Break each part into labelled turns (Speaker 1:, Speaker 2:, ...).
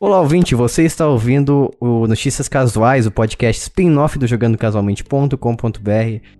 Speaker 1: Olá, ouvinte, você está ouvindo o Notícias Casuais, o podcast spin-off do jogandocasualmente.com.br.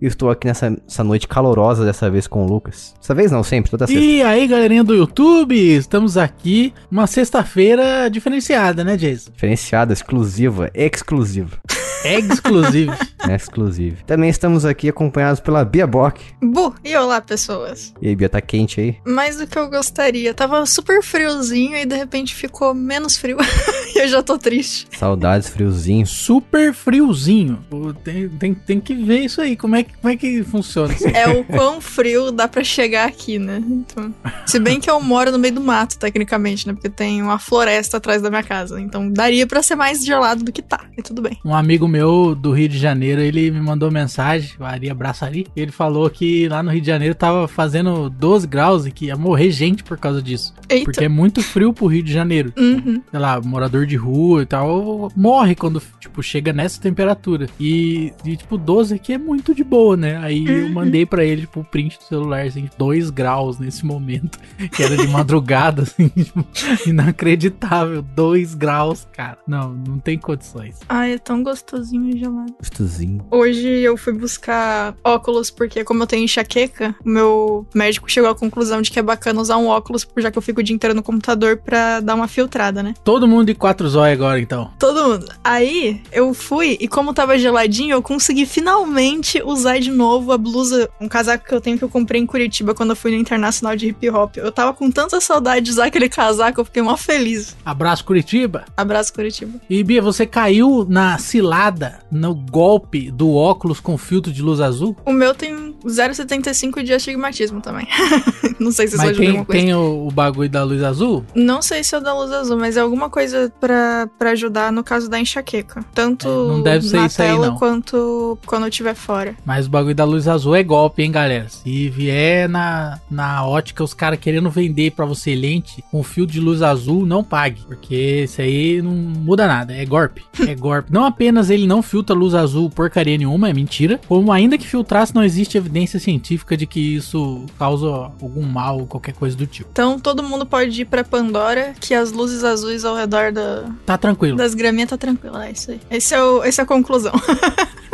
Speaker 1: Eu estou aqui nessa essa noite calorosa, dessa vez com o Lucas. Dessa vez não, sempre, toda sexta.
Speaker 2: E aí, galerinha do YouTube, estamos aqui uma sexta-feira diferenciada, né, Jason? É
Speaker 1: Diferenciada, exclusiva, exclusiva.
Speaker 2: Exclusive.
Speaker 1: né, exclusiva. Também estamos aqui acompanhados pela Bia Bock.
Speaker 3: Bu, e olá, pessoas.
Speaker 1: E aí, Bia, tá quente aí?
Speaker 3: Mais do que eu gostaria. Tava super friozinho e de repente ficou menos frio. e eu já tô triste.
Speaker 1: Saudades, friozinho.
Speaker 2: Super friozinho. Pô, Tem, tem, tem que ver isso aí, como é que, como é que funciona isso aí.
Speaker 3: É o quão frio dá pra chegar aqui, né? Então, se bem que eu moro no meio do mato, tecnicamente, né? Porque tem uma floresta atrás da minha casa. Então daria pra ser mais gelado do que tá. E tudo bem.
Speaker 2: Um amigo meu do Rio de Janeiro, ele me mandou mensagem, o Ari Abraçari, ele falou que lá no Rio de Janeiro tava fazendo 12 graus e que ia morrer gente por causa disso.
Speaker 3: Eita.
Speaker 2: Porque é muito frio pro Rio de Janeiro.
Speaker 3: Uhum.
Speaker 2: sei lá, morador de rua e tal, morre quando, tipo, chega nessa temperatura. E, e, tipo, 12 aqui é muito de boa, né? Aí
Speaker 3: Uhum.
Speaker 2: eu mandei pra ele, tipo, o print do celular, assim, 2 graus nesse momento, que era de madrugada, assim, tipo, inacreditável, 2 graus, cara. Não, não tem condições.
Speaker 3: Ai, é tão gostosinho e gelado.
Speaker 1: Gostosinho.
Speaker 3: Hoje eu fui buscar óculos porque, como eu tenho enxaqueca, o meu médico chegou à conclusão de que é bacana usar um óculos, já que eu fico o dia inteiro no computador pra dar uma filtrada, né?
Speaker 2: Todo mundo de 4 zóia agora, então.
Speaker 3: Todo mundo. Aí eu fui e, como tava geladinho, eu consegui finalmente usar de novo a blusa, um casaco que eu tenho que eu comprei em Curitiba quando eu fui no Internacional de Hip Hop. Eu tava com tanta saudade de usar aquele casaco, eu fiquei mó feliz.
Speaker 2: Abraço, Curitiba.
Speaker 3: Abraço, Curitiba.
Speaker 2: E, Bia, você caiu na cilada, no golpe do óculos com filtro de luz azul?
Speaker 3: O meu tem 0,75 de astigmatismo também. Não sei se isso
Speaker 2: Mas
Speaker 3: ajuda em
Speaker 2: tem,
Speaker 3: alguma coisa.
Speaker 2: tem o- o bagulho da luz azul?
Speaker 3: Não sei se é da luz azul, mas é alguma coisa pra, pra ajudar no caso da enxaqueca. Tanto
Speaker 2: É, não deve ser
Speaker 3: na
Speaker 2: isso aí,
Speaker 3: tela
Speaker 2: não.
Speaker 3: quanto quando eu estiver fora.
Speaker 2: Mas o bagulho da luz azul é golpe, hein, galera? Se vier na, na ótica os caras querendo vender pra você lente com fio de luz azul, não pague. Porque isso aí não muda nada, é golpe. É golpe. Não apenas ele não filtra luz azul porcaria nenhuma, é mentira. Como ainda que filtrasse, não existe evidência científica de que isso causa algum mal ou qualquer coisa do tipo.
Speaker 3: Então todo mundo pode ir pra Pandora, que as luzes azuis ao redor da,
Speaker 2: Tá tranquilo.
Speaker 3: das graminhas tá tranquila. É isso aí. Esse é, o, essa é a conclusão.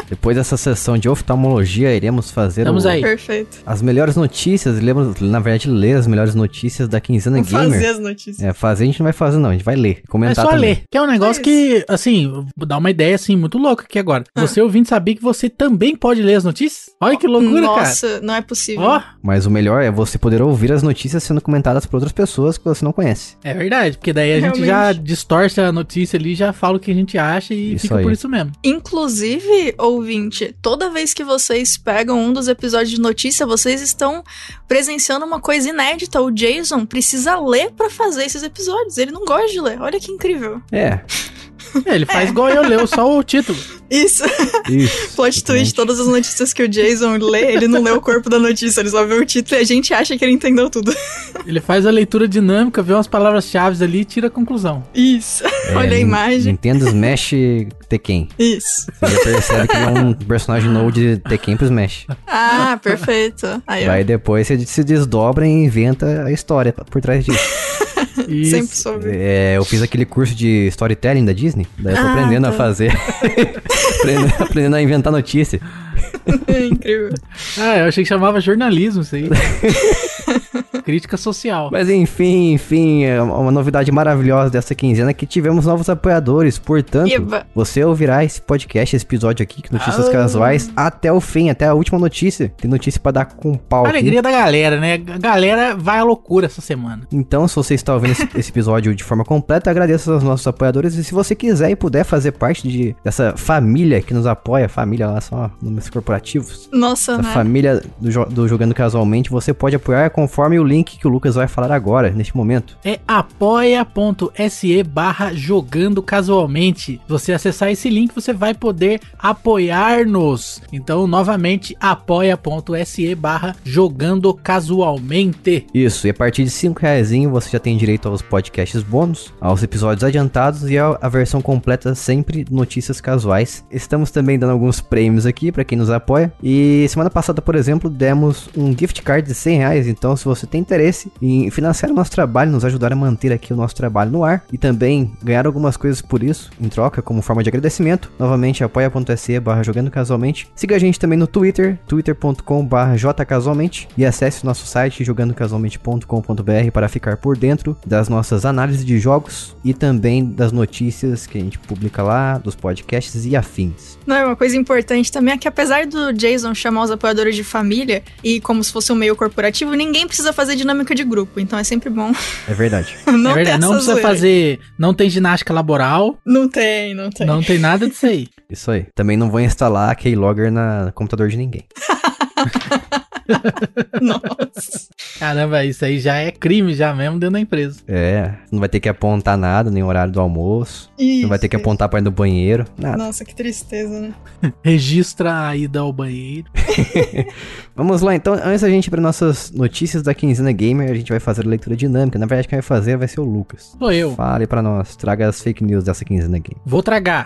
Speaker 1: Depois dessa sessão de oftalmologia, iremos fazer
Speaker 2: Estamos
Speaker 1: o-
Speaker 2: aí.
Speaker 3: Perfeito.
Speaker 1: as melhores notícias. Lemos, na verdade, ler as melhores notícias da quinzena
Speaker 3: Vamos
Speaker 1: gamer.
Speaker 3: fazer as notícias.
Speaker 1: É, fazer a gente não vai fazer, não. A gente vai ler.
Speaker 2: É
Speaker 1: Comentar
Speaker 2: só
Speaker 1: também.
Speaker 2: ler. Que é um negócio
Speaker 3: É Ah.
Speaker 2: que, assim, vou dar uma ideia assim, muito louca aqui agora. Você ouvinte saber que você também pode ler as notícias? Olha que loucura, cara.
Speaker 3: Nossa, não é possível.
Speaker 2: Ó,
Speaker 1: Mas o melhor é você poder ouvir as notícias sendo comentadas por outras pessoas que você não conhece.
Speaker 2: é verdade, porque daí a gente
Speaker 3: Realmente.
Speaker 2: já distorce a notícia ali, já fala o que a gente acha e
Speaker 1: Isso
Speaker 2: fica
Speaker 1: aí.
Speaker 2: por isso mesmo.
Speaker 3: Inclusive, ouvinte, toda vez que vocês pegam um dos episódios de notícia, vocês estão presenciando uma coisa inédita. O Jason precisa ler pra fazer esses episódios. Ele não gosta de ler. Olha que incrível.
Speaker 1: É,
Speaker 2: É, Ele faz igual eu leu só o título.
Speaker 3: Isso,
Speaker 1: isso.
Speaker 3: plot twist, todas as notícias que o Jason lê, ele não lê o corpo da notícia, ele só vê o título e a gente acha que ele entendeu tudo.
Speaker 2: Ele faz a leitura dinâmica, vê umas palavras-chave ali e tira a conclusão.
Speaker 3: Isso.
Speaker 1: É,
Speaker 3: Olha a
Speaker 1: Nin-
Speaker 3: imagem.
Speaker 1: Nintendo Smash Tekken.
Speaker 3: Isso.
Speaker 1: Você já percebe que é um personagem novo de Tekken pro Smash.
Speaker 3: Ah, perfeito. Aí, ó.
Speaker 1: Daí depois você se desdobra e inventa a história por trás disso.
Speaker 2: Isso.
Speaker 3: Sempre soube.
Speaker 1: É, eu fiz aquele curso de storytelling da Disney. Daí eu tô
Speaker 3: Ah,
Speaker 1: aprendendo a
Speaker 3: tá.
Speaker 1: fazer. aprendendo, aprendendo a inventar notícia.
Speaker 3: É incrível.
Speaker 2: Ah, eu achei que chamava jornalismo isso aí. Crítica social.
Speaker 1: Mas enfim, enfim, é uma novidade maravilhosa dessa quinzena é que tivemos novos apoiadores. Portanto,
Speaker 3: Eba.
Speaker 1: você ouvirá esse podcast, esse episódio aqui, que Notícias
Speaker 2: Ah.
Speaker 1: Casuais, até o fim, até a última notícia. Tem notícia pra dar com pau
Speaker 2: A
Speaker 1: aqui.
Speaker 2: alegria da galera, né? A galera vai à loucura essa semana.
Speaker 1: Então, se você está ouvindo esse, esse episódio de forma completa, agradeço aos nossos apoiadores. E se você quiser e puder fazer parte de, dessa família que nos apoia, família lá só números corporativos,
Speaker 3: Nossa,
Speaker 2: Uhum.
Speaker 1: da
Speaker 3: né?
Speaker 1: família do, jo- do Jogando Casualmente, você pode apoiar conforme o link que o Lucas vai falar agora, neste momento.
Speaker 2: é apoia.se barra jogando casualmente. Se você acessar esse link, você vai poder apoiar-nos. Então, novamente, apoia.se barra jogando casualmente. É
Speaker 1: Isso, e a partir de 5 reais você já tem direito aos podcasts bônus, aos episódios adiantados e a, a versão completa sempre de notícias casuais. Estamos também dando alguns prêmios aqui pra quem nos apoia. E semana passada, por exemplo, demos um gift card de 100 reais. Então, se você tem interesse em financiar o nosso trabalho, nos ajudar a manter aqui o nosso trabalho no ar e também ganhar algumas coisas por isso, em troca, como forma de agradecimento, novamente apoia.se barra jogando casualmente. Siga a gente também no Twitter, twitter.com barra jcasualmente e acesse o nosso site jogandocasualmente.com.br para ficar por dentro das nossas análises de jogos e também das notícias que a gente publica lá, dos podcasts e afins.
Speaker 3: Não, é uma coisa importante também é que apesar do Jason chamar os apoiadores de família e como se fosse um meio corporativo, ninguém precisa fazer dinâmica de grupo, então é sempre bom.
Speaker 1: É verdade.
Speaker 3: não
Speaker 2: é verdade,
Speaker 3: ter
Speaker 2: não
Speaker 3: essa
Speaker 2: precisa
Speaker 3: zoeira.
Speaker 2: fazer. Não tem ginástica laboral,
Speaker 3: Não tem, não tem.
Speaker 2: não tem nada disso aí.
Speaker 1: Isso aí. Também não vou instalar a Keylogger na no computador de ninguém.
Speaker 3: Nossa.
Speaker 2: Caramba, isso aí já é crime, já mesmo dentro da empresa.
Speaker 1: É, não vai ter que apontar nada, nem horário do almoço. Não vai ter que
Speaker 3: Isso.
Speaker 1: apontar pra ir no banheiro, nada.
Speaker 3: Nossa, que tristeza, né?
Speaker 2: Registra a ida ao banheiro.
Speaker 1: Vamos lá, então, antes da gente ir para nossas notícias da quinzena gamer, a gente vai fazer a leitura dinâmica. Na verdade, quem vai fazer vai ser o Lucas.
Speaker 2: Sou eu.
Speaker 1: Fale pra nós, traga as fake news dessa quinzena gamer.
Speaker 2: Vou tragar.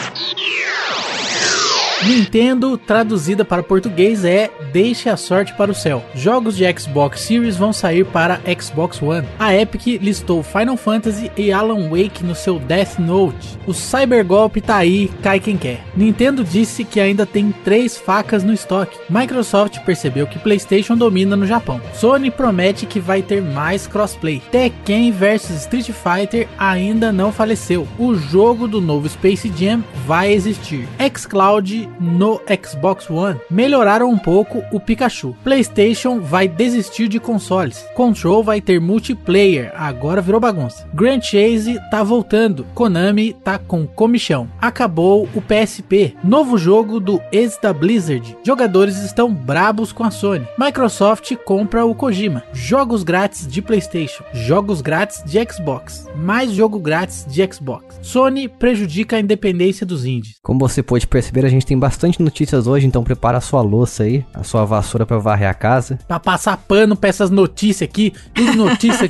Speaker 2: Nintendo, traduzida para português, é Deixe a sorte para o céu. Jogos de Xbox Series vão sair para Xbox One. A Epic listou Final Fantasy e Alan Wake no seu Death Note. O cybergolpe tá aí, cai quem quer. Nintendo disse que ainda tem três facas no estoque. Microsoft percebeu que PlayStation domina no Japão. Sony promete que vai ter mais crossplay. Tekken vs Street Fighter ainda não faleceu. O jogo do novo Space Jam vai existir. xCloud no Xbox One. Melhoraram um pouco o Pikachu. PlayStation vai desistir de consoles. Control vai ter multiplayer. Agora virou bagunça. Grand Chase tá voltando. Konami tá com comichão. Acabou o PSP. Novo jogo do ex da Blizzard. Jogadores estão brabos com a Sony. Microsoft compra o Kojima. Jogos grátis de PlayStation. Jogos grátis de Xbox. Mais jogo grátis de Xbox. Sony prejudica a independência dos indies.
Speaker 1: Como você pôde perceber, a gente tem bastante notícias hoje, então prepara a sua louça aí, a sua vassoura pra varrer a casa.
Speaker 2: Pra passar pano pra essas notícias aqui. Tudo notícia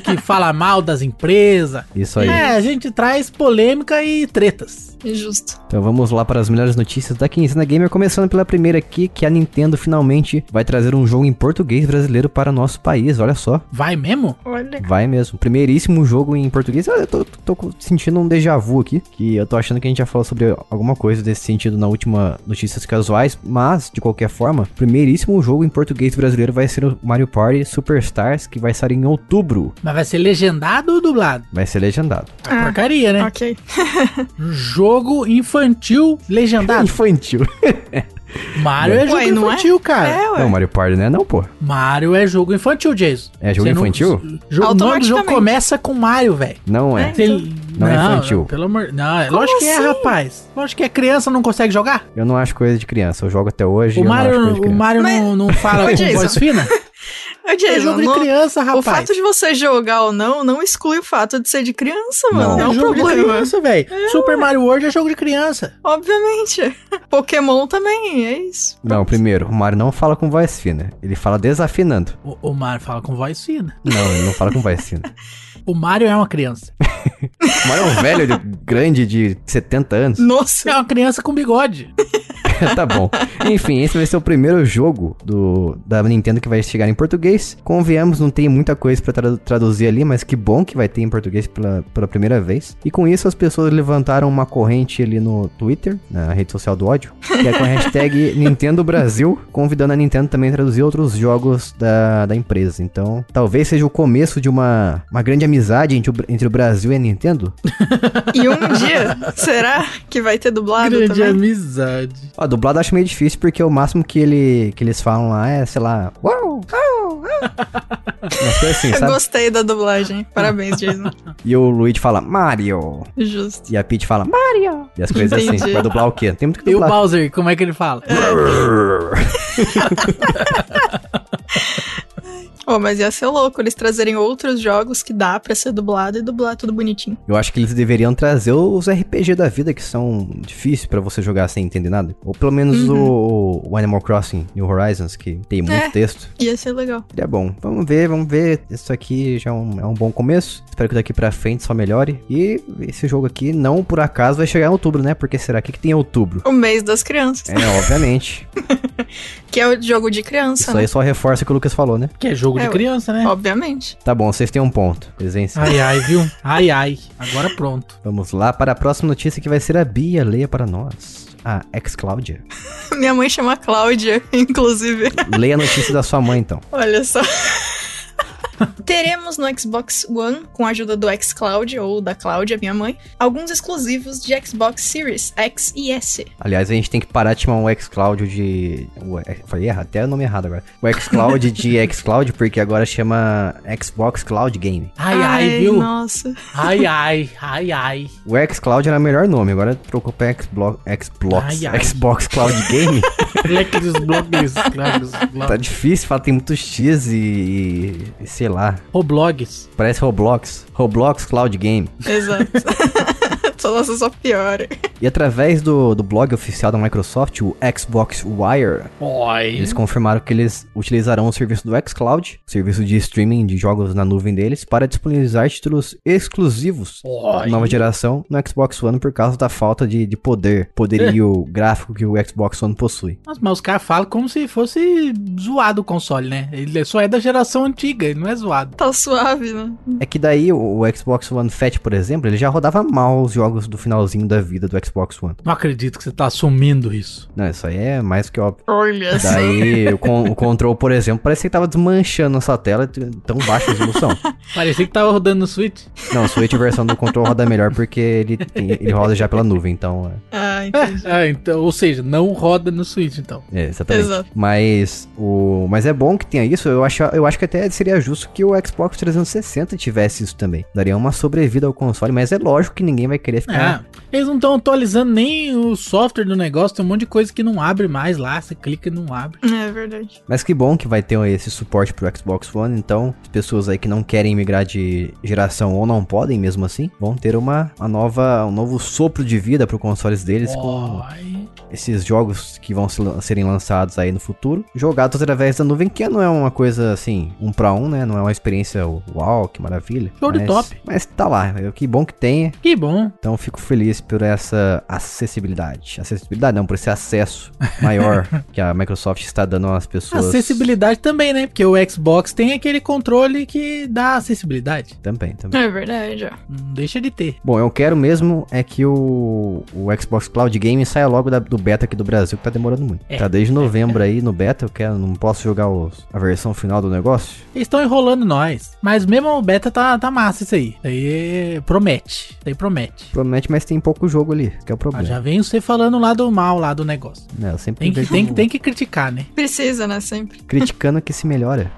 Speaker 2: que fala mal das empresas.
Speaker 1: Isso aí.
Speaker 2: É, a gente traz polêmica e tretas.
Speaker 3: Injusto.
Speaker 1: Então vamos lá para as melhores notícias da quinzena gamer, começando pela primeira aqui, que a Nintendo finalmente vai trazer um jogo em português brasileiro para o nosso país, olha só.
Speaker 2: Vai mesmo?
Speaker 3: Olha.
Speaker 1: Vai mesmo. Primeiríssimo jogo em português. Eu tô, tô- tô sentindo um déjà vu aqui. Que eu tô achando que a gente já falou sobre alguma coisa desse sentido na última Notícias Casuais. Mas, de qualquer forma, primeiríssimo jogo em português brasileiro vai ser o Mario Party Superstars, que vai sair em outubro.
Speaker 2: Mas vai ser legendado ou dublado?
Speaker 1: Vai ser legendado.
Speaker 3: Ah.
Speaker 2: Porcaria, né?
Speaker 3: Ok.
Speaker 2: Jogo infantil legendado.
Speaker 1: Infantil.
Speaker 2: Mario é jogo
Speaker 3: Ué, não é?
Speaker 2: infantil, cara.
Speaker 3: É, ué.
Speaker 1: Não, Mario Party né? Não, pô.
Speaker 2: Mario é jogo infantil, Jason.
Speaker 1: É jogo
Speaker 2: Você não-
Speaker 1: infantil?
Speaker 2: Jo- O nome do jogo
Speaker 3: Automaticamente.
Speaker 2: começa com Mario, velho.
Speaker 1: Não é.
Speaker 3: É.
Speaker 2: Você-
Speaker 1: Não é infantil.
Speaker 2: Pelo amor... Não, é lógico que é,
Speaker 3: assim?
Speaker 2: rapaz. Lógico que é criança, não consegue jogar.
Speaker 1: Eu não acho coisa de criança. Eu jogo até hoje.
Speaker 2: O
Speaker 1: eu não acho coisa de
Speaker 2: Mario, o
Speaker 1: criança.
Speaker 2: Mario
Speaker 3: Mas-
Speaker 2: não, não fala
Speaker 3: Ô,
Speaker 2: com
Speaker 3: Jason.
Speaker 2: voz fina?
Speaker 3: Ô, Jason,
Speaker 2: É jogo de
Speaker 3: não-
Speaker 2: criança, rapaz.
Speaker 3: O fato de você jogar ou não, não exclui o fato de ser de criança,
Speaker 1: Não.
Speaker 3: mano.
Speaker 2: é
Speaker 3: Não, é um
Speaker 2: jogo de
Speaker 3: problema.
Speaker 2: criança, velho. Super Mario World é jogo de criança.
Speaker 3: Obviamente. Pokémon também, é isso.
Speaker 1: Não, primeiro, o Mario não fala com voz fina. Ele fala desafinando.
Speaker 2: O, o Mario fala com voz fina.
Speaker 1: Não, ele não fala com voz fina.
Speaker 2: O Mario é uma criança.
Speaker 1: O Mario é um velho de- grande de 70 anos.
Speaker 2: É
Speaker 3: Nossa.
Speaker 2: uma criança com bigode.
Speaker 1: tá bom. Enfim, esse vai ser o primeiro jogo do, da Nintendo que vai chegar em português. Convenhamos, não tem muita coisa pra tra- traduzir ali, mas que bom que vai ter em português pela, pela primeira vez. E com isso, as pessoas levantaram uma corrente ali no Twitter, na rede social do ódio, que é com a hashtag Nintendo Brasil, convidando a Nintendo também a traduzir outros jogos da, da empresa. Então, talvez seja o começo de uma, uma grande amizade entre o, Bra- entre o Brasil e a Nintendo.
Speaker 3: E um dia, será que vai ter dublado também?
Speaker 2: amizade.
Speaker 1: Ó, dublado eu acho meio difícil porque o máximo que, ele, que eles falam lá é, sei lá, uau, uau, uau. Umas coisas assim,
Speaker 3: Eu
Speaker 1: sabe?
Speaker 3: gostei da dublagem. Parabéns, Jason.
Speaker 1: E o Luigi fala Mario.
Speaker 3: Justo.
Speaker 1: E a Peach fala Mario. E as coisas assim.
Speaker 3: Entendi.
Speaker 1: Vai dublar o quê? Tem muito que
Speaker 2: E o
Speaker 1: dublar.
Speaker 2: Bowser, como é que ele fala?
Speaker 3: Oh, mas ia ser louco eles trazerem outros jogos que dá pra ser dublado e dublar tudo bonitinho.
Speaker 1: Eu acho que eles deveriam trazer os RPG da vida que são difíceis pra você jogar sem entender nada. Ou pelo menos o, o Animal Crossing New Horizons, que tem muito
Speaker 3: Uhum. É.
Speaker 1: texto.
Speaker 3: Ia ser legal.
Speaker 1: Ele é bom. Vamos ver, vamos ver. Isso aqui já é um, é um bom começo. Espero que daqui pra frente só melhore. E esse jogo aqui, não por acaso, vai chegar em outubro, né? Porque será? O que, que tem em outubro?
Speaker 3: O mês das crianças.
Speaker 1: É, obviamente.
Speaker 3: Que é o jogo de criança,
Speaker 1: Isso
Speaker 3: né?
Speaker 1: aí só reforça o que o Lucas falou, né?
Speaker 2: Que é jogo de
Speaker 3: É,
Speaker 2: criança, né?
Speaker 3: Obviamente.
Speaker 1: Tá bom, vocês têm um ponto. Eles venceram.
Speaker 2: Ai, ai, viu? Ai, ai. Agora pronto.
Speaker 1: Vamos lá para a próxima notícia que vai ser a Bia. Leia para nós. A ex-Cláudia.
Speaker 3: Minha mãe chama Cláudia, inclusive.
Speaker 1: Leia a notícia da sua mãe, então.
Speaker 3: Olha só. Teremos no Xbox One, com a ajuda do xCloud, ou da Cláudia, minha mãe, alguns exclusivos de Xbox Series X e S.
Speaker 1: Aliás, a gente tem que parar de chamar o xCloud de... o- é, Falei errado, até o nome errado agora. O xCloud de xCloud, porque agora chama Xbox Cloud Game.
Speaker 2: Ai, ai, viu?
Speaker 3: Nossa.
Speaker 2: Ai, ai, ai, ai.
Speaker 1: O xCloud era o melhor nome, agora trocou pra Xblo- Xbox,
Speaker 2: Ai, ai.
Speaker 1: Xbox Cloud Game.
Speaker 2: Black Desblogs. Black Desblogs.
Speaker 1: tá difícil, fala, tem muitos X e- e sei lá,
Speaker 2: Roblogs.
Speaker 1: Parece Roblox. Roblox Cloud Game.
Speaker 3: Exato. Só- Nossa, só piora.
Speaker 1: E através do, do blog oficial da Microsoft, o Xbox Wire,
Speaker 2: Oi.
Speaker 1: eles confirmaram que eles utilizarão o serviço do xCloud, serviço de streaming de jogos na nuvem deles, para disponibilizar títulos exclusivos da
Speaker 2: Oi.
Speaker 1: nova geração no Xbox One por causa da falta de, de poder, poderio gráfico que o Xbox One possui.
Speaker 2: Nossa, mas os caras falam como se fosse zoado o console, né? Ele só é da geração antiga, ele não é zoado.
Speaker 3: Tá suave, né?
Speaker 1: É que daí o, o Xbox One Fat, por exemplo, ele já rodava mal os jogos do finalzinho da vida do Xbox One.
Speaker 2: Não acredito que você tá assumindo isso.
Speaker 1: Não, isso aí é mais que óbvio.
Speaker 3: Olha só.
Speaker 1: Daí o, con- o control, por exemplo, parecia que tava desmanchando a sua tela t- tão baixa a resolução.
Speaker 2: Parecia que tava rodando no Switch.
Speaker 1: Não, a Switch versão do control roda melhor porque ele, tem- ele roda já pela nuvem, então.
Speaker 3: Ah, entendi.
Speaker 2: ah, então, ou seja, não roda no Switch, então.
Speaker 1: É, exatamente.
Speaker 3: Exato.
Speaker 1: Mas o mas é bom que tenha isso. Eu acho, eu acho que até seria justo que o Xbox 360 tivesse isso também. Daria uma sobrevida ao console, mas é lógico que ninguém vai querer ficar.
Speaker 2: Ah, eles não estão atualizando nem o software do negócio, tem um monte de coisa que não abre mais lá, você clica e não abre.
Speaker 3: É verdade.
Speaker 1: Mas que bom que vai ter esse suporte pro Xbox One, então as pessoas aí que não querem migrar de geração ou não podem mesmo assim, vão ter uma, uma nova, um novo sopro de vida pro consoles deles com
Speaker 2: Oi.
Speaker 1: esses jogos que vão se lan- serem lançados aí no futuro, jogados através da nuvem, que não é uma coisa assim, um pra um, né? Não é uma experiência uau, que maravilha.
Speaker 2: Show de
Speaker 1: mas,
Speaker 2: top.
Speaker 1: Mas tá lá, que bom que tenha.
Speaker 2: Que bom.
Speaker 1: Então fico feliz por essa acessibilidade. Acessibilidade não, por esse acesso maior que a Microsoft está dando às pessoas.
Speaker 2: Acessibilidade também, né? Porque o Xbox tem aquele controle que dá acessibilidade.
Speaker 1: Também, também.
Speaker 3: É verdade, ó.
Speaker 2: Não deixa de ter.
Speaker 1: Bom, eu quero mesmo é que o, o Xbox Cloud Game saia logo da- do beta aqui do Brasil, que tá demorando muito.
Speaker 2: É.
Speaker 1: Tá desde novembro aí no beta, eu quero, não posso jogar os- a versão final do negócio.
Speaker 2: Eles estão enrolando nós. Mas mesmo o beta tá, tá massa isso aí. Isso aí promete. Isso aí promete.
Speaker 1: Promete, mas tem pouco jogo ali, que é o
Speaker 2: Ah,
Speaker 1: problema.
Speaker 2: já vem você falando lá do mal lá do negócio.
Speaker 1: Né, eu sempre
Speaker 2: Tem que,
Speaker 1: vejo
Speaker 2: tem, que- tem que criticar, né?
Speaker 3: Precisa, né? Sempre.
Speaker 1: criticando que se melhora.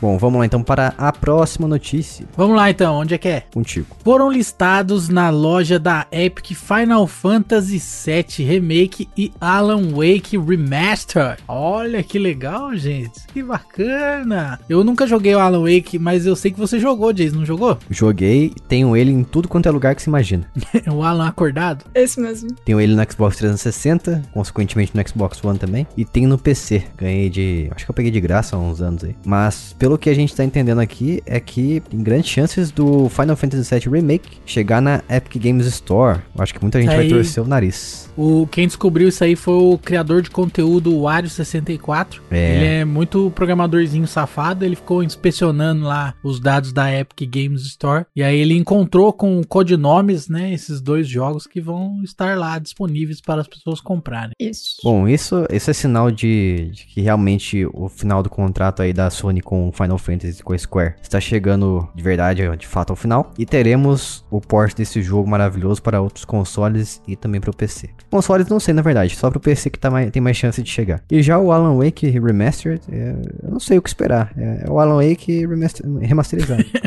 Speaker 1: Bom, vamos lá então para a próxima notícia
Speaker 2: Vamos lá então, onde é que é?
Speaker 1: contigo.
Speaker 2: Foram listados na loja da Epic Final Fantasy VII Remake e Alan Wake Remaster. Olha que legal, gente. Que bacana. Eu nunca joguei o Alan Wake, mas eu sei que você jogou, Jason. Não jogou?
Speaker 1: Joguei, tenho ele em tudo quanto é lugar que se imagina.
Speaker 2: o Alan acordado?
Speaker 3: Esse mesmo.
Speaker 1: Tenho ele no Xbox 360, consequentemente no Xbox One também, e tem no PC. Ganhei de. Acho que eu peguei de graça há uns anos aí. Mas pelo que a gente tá entendendo aqui é que tem grandes chances do Final Fantasy VII Remake chegar na Epic Games Store. Eu acho que muita gente vai
Speaker 2: Tá Aí.
Speaker 1: torcer o nariz.
Speaker 2: O, quem descobriu isso aí foi o criador de conteúdo Wario64.
Speaker 1: É.
Speaker 2: Ele é muito programadorzinho safado, ele ficou inspecionando lá os dados da Epic Games Store. E aí ele encontrou com codinomes, né, esses dois jogos que vão estar lá disponíveis para as pessoas comprarem.
Speaker 3: Isso.
Speaker 1: Bom, isso, isso é sinal de, de que realmente o final do contrato aí da Sony com o Final Fantasy e com a Square está chegando de verdade, de fato, ao final. E teremos o port desse jogo maravilhoso para outros consoles e também para o PC. Consoles não sei, na verdade, só para o PC que tá mais- tem mais chance de chegar. E já o Alan Wake Remastered, é, eu não sei o que esperar. É, é o Alan Wake remaster- remasterizado.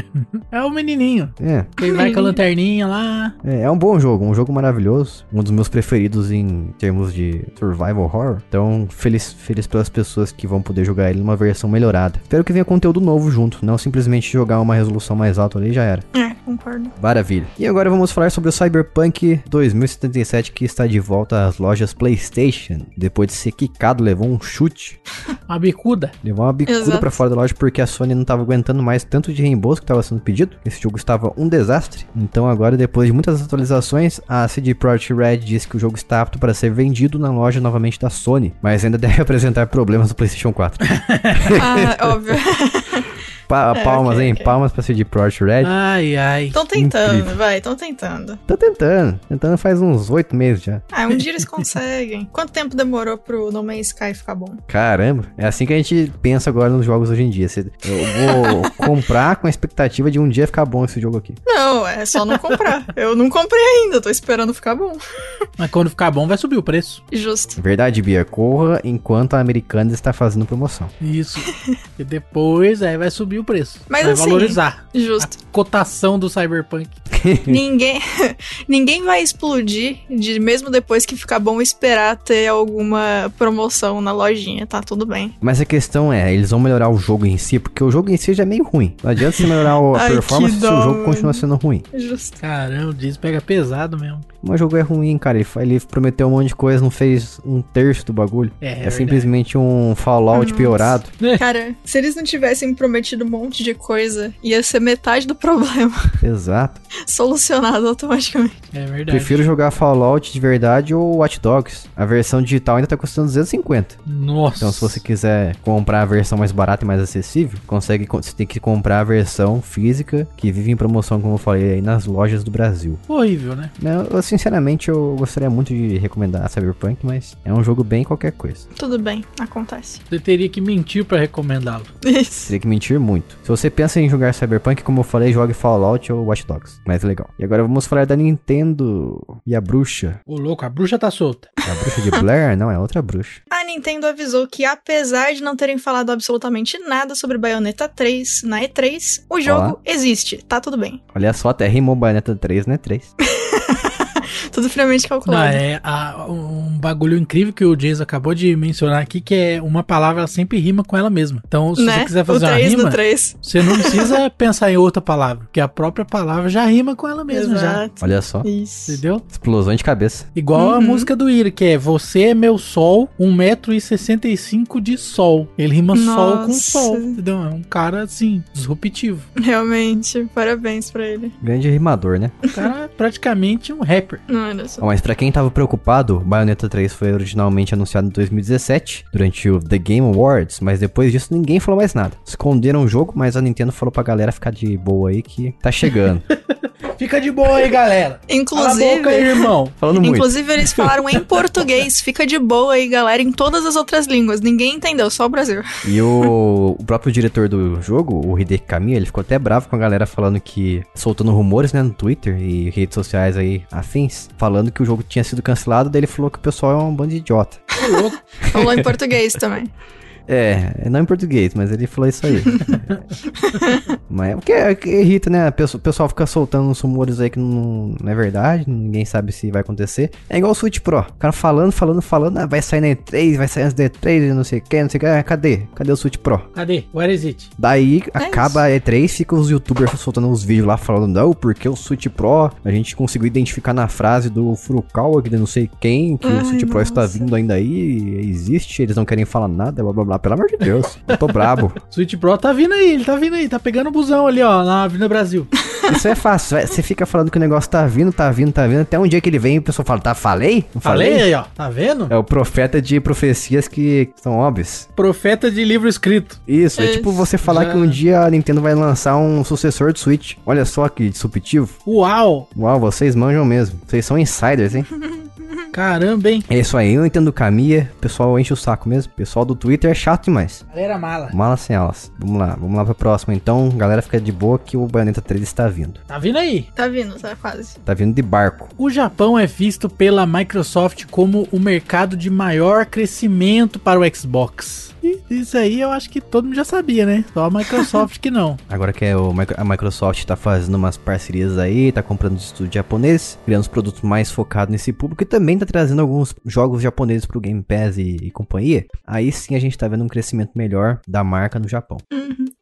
Speaker 2: É o menininho.
Speaker 1: é,
Speaker 2: Ele vai com a lanterninha lá.
Speaker 1: é, é um bom jogo, um jogo maravilhoso. Um dos meus preferidos em termos de survival horror. Então, feliz, feliz pelas pessoas que vão poder jogar ele numa versão melhorada. Espero que venha conteúdo novo junto, não simplesmente jogar uma resolução mais alta ali e já era.
Speaker 3: É, concordo.
Speaker 1: Maravilha. E agora vamos falar sobre o Cyberpunk 2077 que está de volta às lojas PlayStation, depois de ser quicado, levou um chute.
Speaker 2: Uma bicuda.
Speaker 1: Levou uma bicuda
Speaker 3: Exato.
Speaker 1: pra fora da loja porque a Sony não tava aguentando mais tanto de reembolso que tava sendo pedido. Esse jogo estava um desastre. Então agora, depois de muitas atualizações, a CD Projekt Red disse que o jogo está apto para ser vendido na loja novamente da Sony, mas ainda deve apresentar problemas no PlayStation 4.
Speaker 3: Ah, óbvio.
Speaker 1: Pa-
Speaker 3: É,
Speaker 1: palmas,
Speaker 3: ok,
Speaker 1: hein?
Speaker 3: ok.
Speaker 1: Palmas pra CD Projekt Red.
Speaker 2: Ai, ai.
Speaker 3: Estão tentando,
Speaker 1: Incrível.
Speaker 3: vai, estão tentando.
Speaker 1: Tô tentando, tentando faz uns oito meses já.
Speaker 3: Ah, um dia eles conseguem. Quanto tempo demorou pro No Man's Sky ficar bom?
Speaker 1: Caramba, é assim que a gente pensa agora nos jogos hoje em dia. Cê- Eu vou comprar com a expectativa de um dia ficar bom esse jogo aqui.
Speaker 3: Não, é só não comprar. Eu não comprei ainda, tô esperando ficar bom.
Speaker 2: Mas quando ficar bom, vai subir o preço.
Speaker 3: Justo.
Speaker 1: Verdade, Bia, corra enquanto a Americanas está fazendo promoção.
Speaker 2: Isso. e depois aí vai subir o preço.
Speaker 3: Mas
Speaker 2: vai
Speaker 3: assim,
Speaker 2: valorizar.
Speaker 3: Justo.
Speaker 1: Ah,
Speaker 2: A cotação do Cyberpunk.
Speaker 3: Ninguém, ninguém vai explodir de mesmo depois que ficar bom esperar ter alguma promoção na lojinha, tá tudo bem.
Speaker 1: Mas a questão é, eles vão melhorar o jogo em si, porque o jogo em si já é meio ruim. Não adianta você melhorar o- a
Speaker 3: Ai, que
Speaker 1: performance se
Speaker 3: dó,
Speaker 1: o jogo
Speaker 3: mano.
Speaker 1: continua sendo ruim.
Speaker 3: Justo.
Speaker 2: Caramba, diz pega pesado mesmo.
Speaker 1: Mas o jogo é ruim, cara. Ele, fa- ele prometeu um monte de coisa, não fez um terço do bagulho.
Speaker 2: É,
Speaker 1: É,
Speaker 2: verdade.
Speaker 1: simplesmente um Fallout
Speaker 3: Nossa.
Speaker 1: piorado.
Speaker 3: Cara, se eles não tivessem prometido um monte de coisa, ia ser metade do problema
Speaker 1: Exato.
Speaker 3: solucionado automaticamente.
Speaker 2: É verdade.
Speaker 1: Prefiro jogar Fallout de verdade ou Watch Dogs. A versão digital ainda tá custando 250.
Speaker 2: Nossa.
Speaker 1: Então, se você quiser comprar a versão mais barata e mais acessível, consegue, co- você tem que comprar a versão física que vive em promoção, como eu falei, aí nas lojas do Brasil.
Speaker 2: Horrível, né?
Speaker 1: Né, Eu, sinceramente, eu gostaria muito de recomendar Cyberpunk, mas é um jogo bem qualquer coisa.
Speaker 3: Tudo bem, acontece.
Speaker 2: Você teria que mentir pra recomendá-lo.
Speaker 3: Isso.
Speaker 1: Teria que mentir muito. Se você pensa em jogar Cyberpunk, como eu falei, jogue Fallout ou Watch Dogs. Mas é legal. E agora vamos falar da Nintendo e a bruxa.
Speaker 2: Ô, louco, a bruxa tá solta.
Speaker 1: É A bruxa de Blair? Não, é outra bruxa.
Speaker 3: A Nintendo avisou que, apesar de não terem falado absolutamente nada sobre Bayonetta 3 na E3, o jogo existe, tá tudo bem.
Speaker 1: Olha só, até rimou Bayonetta 3, né? 3.
Speaker 3: Tudo friamente
Speaker 2: Não,
Speaker 3: calculado.
Speaker 2: é a- um bagulho incrível que o Jason acabou de mencionar aqui, que é uma palavra ela sempre rima com ela mesma. Então, se
Speaker 3: né?
Speaker 2: você quiser fazer
Speaker 3: o
Speaker 2: uma
Speaker 3: 3
Speaker 2: rima,
Speaker 3: no 3.
Speaker 2: você não precisa pensar em outra palavra, porque a própria palavra já rima com ela mesma, já.
Speaker 3: Exato.
Speaker 1: Olha só.
Speaker 3: Isso.
Speaker 2: Entendeu?
Speaker 1: Explosão de cabeça.
Speaker 2: Igual a
Speaker 3: Uhum.
Speaker 2: música do Ira, que é Você é meu sol, 1,65m de sol. Ele rima sol com
Speaker 3: Nossa.
Speaker 2: sol, entendeu? É um cara, assim, disruptivo.
Speaker 3: Realmente, parabéns pra ele.
Speaker 1: Grande rimador, né?
Speaker 2: O cara é praticamente um rapper.
Speaker 3: Não, olha só.
Speaker 1: Bom, mas pra quem tava preocupado, Bayonetta 3 foi originalmente anunciado em 2017, durante o The Game Awards, mas depois disso ninguém falou mais nada. Esconderam o jogo, mas a Nintendo falou pra galera ficar de boa aí que tá chegando.
Speaker 2: Fica de boa aí, galera. Cala a boca aí,
Speaker 3: Inclusive,
Speaker 2: irmão.
Speaker 1: Falando muito.
Speaker 3: inclusive eles falaram em português. Fica de boa aí, galera, em todas as outras línguas. Ninguém entendeu, só o Brasil.
Speaker 1: E o, o próprio diretor do jogo, o Hideki Kamiya, ele ficou até bravo com a galera falando que. soltando rumores, né, no Twitter e redes sociais aí afins, falando que o jogo tinha sido cancelado, daí ele falou que o pessoal é um bando de idiota.
Speaker 2: Ô, louco.
Speaker 3: Falou em português também.
Speaker 1: É, não em português, mas ele falou isso aí. mas é o que, é que irrita, né? A pessoa- O pessoal fica soltando uns rumores aí que não, não é verdade, ninguém sabe se vai acontecer. É igual o Switch Pro. O cara falando, falando, falando, ah, vai sair na E3, vai sair antes da E3, não sei o que, não sei o que. Ah, cadê? Cadê o Switch Pro?
Speaker 2: Cadê? Where is it?
Speaker 1: Daí
Speaker 3: É
Speaker 1: acaba a E3, fica os youtubers soltando uns vídeos lá falando, não, porque o Switch Pro, a gente conseguiu identificar na frase do Furukawa, que de não sei quem, que
Speaker 3: Ai,
Speaker 1: o Switch Pro está
Speaker 3: nossa.
Speaker 1: vindo ainda aí, existe, eles não querem falar nada, blá blá blá, pelo amor de Deus, eu tô brabo.
Speaker 2: Switch Pro tá vindo aí, ele tá vindo aí, tá pegando o busão ali, ó, na Avenida Brasil.
Speaker 1: Isso é fácil, é, você fica falando que o negócio tá vindo, tá vindo, tá vindo, até um dia que ele vem e o pessoal fala, tá, falei? Não
Speaker 2: Falei aí, ó, tá vendo? É
Speaker 1: É o profeta de profecias que são óbvias.
Speaker 2: Profeta de livro escrito.
Speaker 1: Isso, é,
Speaker 3: É,
Speaker 1: tipo você falar
Speaker 2: já-
Speaker 1: que um dia a Nintendo vai lançar um sucessor do Switch. Olha só que disruptivo.
Speaker 2: Uau!
Speaker 1: Uau, vocês manjam mesmo. Vocês são insiders, hein?
Speaker 2: Caramba, hein?
Speaker 1: é isso aí, eu entendo o Camia. O pessoal enche o saco mesmo. O pessoal do Twitter é chato demais.
Speaker 2: Galera mala.
Speaker 1: Mala sem alas. Vamos lá, vamos lá pra próxima então. Galera, fica de boa que o Bayonetta 3 está vindo.
Speaker 2: Tá vindo aí.
Speaker 3: Tá vindo, tá quase.
Speaker 1: Tá vindo de barco.
Speaker 2: O Japão é visto pela Microsoft como o mercado de maior crescimento para o Xbox. E isso aí eu acho que todo mundo já sabia, né? Só a Microsoft que não.
Speaker 1: Agora que é o micro- a Microsoft tá fazendo umas parcerias aí, tá comprando estúdio japonês, criando os produtos mais focados nesse público e também tá trazendo alguns jogos japoneses pro Game Pass e, e companhia. Aí sim a gente tá vendo um crescimento melhor da marca no Japão.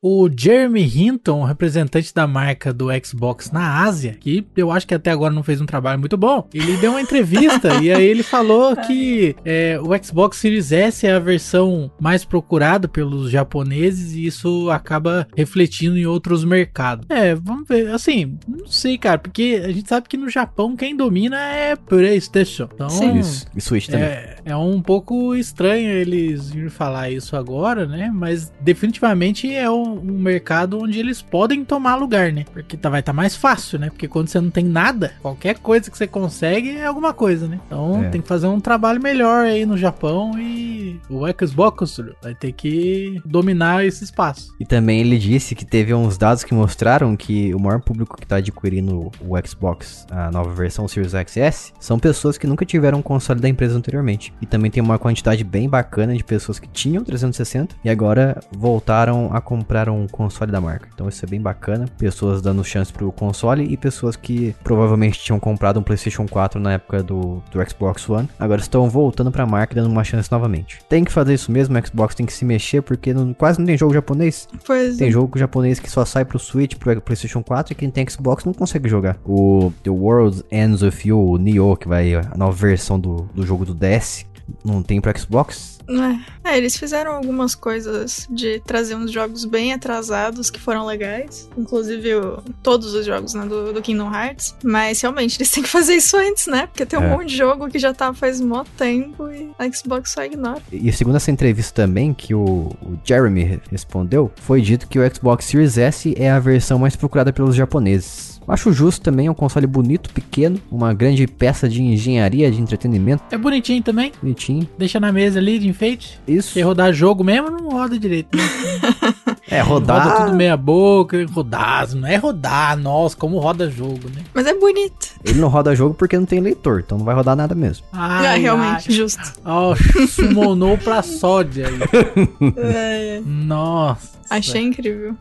Speaker 2: O Jeremy Hinton, representante da marca do Xbox na Ásia, que eu acho que até agora não fez um trabalho muito bom, ele deu uma entrevista e aí ele falou que é, o Xbox Series S é a versão mais procurada pelos japoneses e isso acaba refletindo em outros mercados. É, vamos ver. Assim, não sei, cara, porque a gente sabe que no Japão quem domina é PlayStation. Então,
Speaker 3: Sim.
Speaker 1: Isso. E Switch também.
Speaker 2: é, é um pouco estranho eles virem falar isso agora, né? Mas definitivamente é um, um mercado onde eles podem tomar lugar, né? Porque tá, vai estar mais fácil, né? Porque quando você não tem nada, qualquer coisa que você consegue é alguma coisa, né? Então
Speaker 1: É.
Speaker 2: tem que fazer um trabalho melhor aí no Japão e o Xbox vai ter que dominar esse espaço.
Speaker 1: E também ele disse que teve uns dados que mostraram que o maior público que tá adquirindo o Xbox, a nova versão o Series XS, são pessoas que nunca tiveram um console da empresa anteriormente. E também tem uma quantidade bem bacana de pessoas que tinham 360 e agora voltaram a comprar um console da marca. Então isso é bem bacana, pessoas dando chance pro console e pessoas que provavelmente tinham comprado um PlayStation 4 na época do, do Xbox One, agora estão voltando pra marca e dando uma chance novamente. Tem que fazer isso mesmo, o Xbox tem que se mexer porque não- quase não tem jogo japonês.
Speaker 3: Pois
Speaker 1: Tem jogo japonês que só sai pro Switch, pro PlayStation 4 e quem tem Xbox não consegue jogar. O The World Ends with You, o Nioh, que vai a nova versão do, do jogo do DS, não tem pro Xbox.
Speaker 3: é. É, eles fizeram algumas coisas de trazer uns jogos bem atrasados que foram legais. Inclusive o- todos os jogos né, do, do Kingdom Hearts. Mas realmente eles têm que fazer isso antes, né? Porque tem um
Speaker 1: É.
Speaker 3: monte de jogo que já tá faz mó tempo e a Xbox só ignora.
Speaker 1: E segundo essa entrevista também que o, o Jeremy re- respondeu, foi dito que o Xbox Series S é a versão mais procurada pelos japoneses. Acho justo também, é um console bonito, pequeno, uma grande peça de engenharia, de entretenimento,
Speaker 2: É bonitinho também,
Speaker 1: bonitinho.
Speaker 2: deixa na mesa ali de enfeite.
Speaker 1: Isso.
Speaker 2: Se rodar jogo mesmo, não roda direito. né?
Speaker 1: É,
Speaker 2: Roda
Speaker 1: rodar.
Speaker 2: tudo meia boca, rodar, não é rodar, nossa, como roda jogo, né?
Speaker 3: Mas é bonito.
Speaker 1: Ele não roda jogo porque não tem leitor, então não vai rodar nada mesmo.
Speaker 2: Ai,
Speaker 3: é, realmente,
Speaker 2: ai.
Speaker 3: justo.
Speaker 2: Ó, sumonou pra sódia aí.
Speaker 3: É, é.
Speaker 2: Nossa.
Speaker 3: Achei incrível.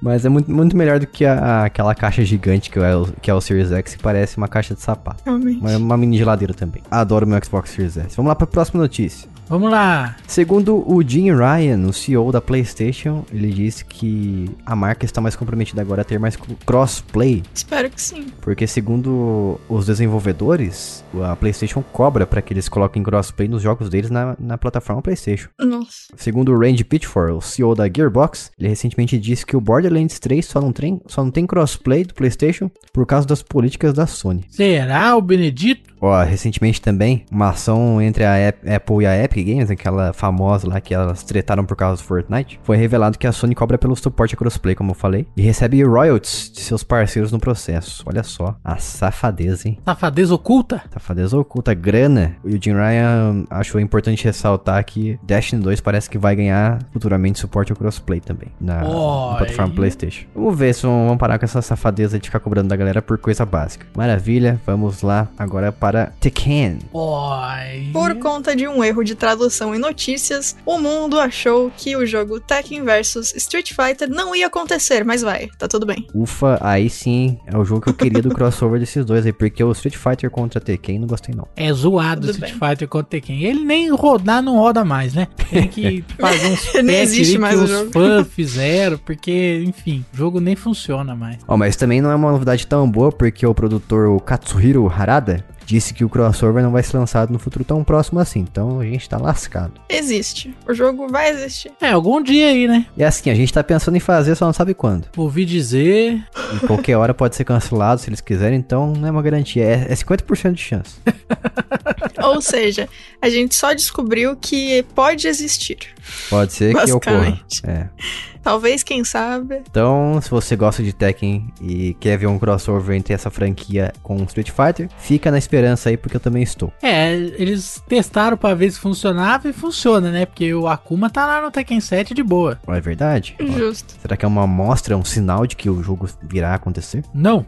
Speaker 1: Mas é muito, muito melhor do que a- a- aquela caixa gigante que é, o, que é o Series X, que parece uma caixa de sapato.
Speaker 3: Realmente.
Speaker 1: Uma, uma mini geladeira também. Adoro meu Xbox Series S. Vamos lá pra próxima notícia.
Speaker 2: Vamos lá.
Speaker 1: Segundo o Jim Ryan, o CEO da PlayStation, ele disse que a marca está mais comprometida agora a ter mais co- crossplay
Speaker 3: Espero que sim.
Speaker 1: porque segundo os desenvolvedores, a PlayStation cobra para que eles coloquem crossplay nos jogos deles na, na plataforma PlayStation.
Speaker 3: Nossa.
Speaker 1: Segundo o Randy Pitchford, o CEO da Gearbox, ele recentemente disse que o Borderlands 3 só não tem, só não tem crossplay do PlayStation por causa das políticas da Sony.
Speaker 2: Será o Benedito?
Speaker 1: Ó, recentemente também, uma ação entre a Ep- Apple e a Epic Games, aquela famosa lá que elas tretaram por causa do Fortnite, foi revelado que a Sony cobra pelo suporte a crossplay, como eu falei, e recebe royalties de seus parceiros no processo. Olha só, a safadeza, hein?
Speaker 2: Safadeza oculta?
Speaker 1: Safadeza Tá oculta, grana. E o Jim Ryan achou importante ressaltar que Destiny 2 parece que vai ganhar futuramente suporte ao crossplay também. Na,
Speaker 2: Ó,
Speaker 1: na plataforma
Speaker 2: aí.
Speaker 1: PlayStation. Vamos ver se vão vão parar com essa safadeza de ficar cobrando da galera por coisa básica. Maravilha, vamos lá agora para Tekken.
Speaker 2: Oi.
Speaker 3: Por
Speaker 1: Uhum.
Speaker 3: conta de um erro de tradução em notícias, o mundo achou que o jogo Tekken vs Street Fighter não ia acontecer, mas vai, tá tudo bem.
Speaker 1: Ufa, aí sim é o jogo que eu queria do crossover desses dois aí, porque o Street Fighter contra Tekken não gostei não.
Speaker 2: É zoado
Speaker 3: Tudo
Speaker 2: Street Fighter contra Tekken. Ele nem rodar não roda mais, né? Tem que fazer uns
Speaker 3: Nem
Speaker 2: patch
Speaker 3: existe
Speaker 2: aí
Speaker 3: mais
Speaker 2: que
Speaker 3: o
Speaker 2: os
Speaker 3: jogo.
Speaker 2: fãs fizeram, porque, enfim, o jogo nem funciona mais.
Speaker 1: Ó, mas também não é uma novidade tão boa, porque o produtor o Katsuhiro Harada disse que o crossover não vai ser lançado no futuro tão próximo assim, então a gente tá lascado.
Speaker 3: Existe. O jogo vai existir.
Speaker 2: É, algum dia aí, né?
Speaker 1: E assim, a gente tá pensando em fazer, só não sabe quando.
Speaker 2: Ouvi dizer.
Speaker 1: Em qualquer hora pode ser cancelado se eles quiserem, então não é uma garantia. É, é 50% de chance.
Speaker 3: Ou seja, a gente só descobriu que pode existir.
Speaker 1: Pode ser que ocorra.
Speaker 3: Basicamente.
Speaker 1: É.
Speaker 3: Talvez, quem sabe.
Speaker 1: Então, se você gosta de Tekken e quer ver um crossover entre essa franquia com Street Fighter, fica na esperança aí, porque eu também estou.
Speaker 2: É, eles testaram pra ver se funcionava e funciona, né? Porque o Akuma tá lá no Tekken 7 de boa.
Speaker 1: Não é verdade? Ó,
Speaker 3: Justo.
Speaker 1: Será que é uma amostra, um sinal de que o jogo virá a acontecer?
Speaker 2: Não.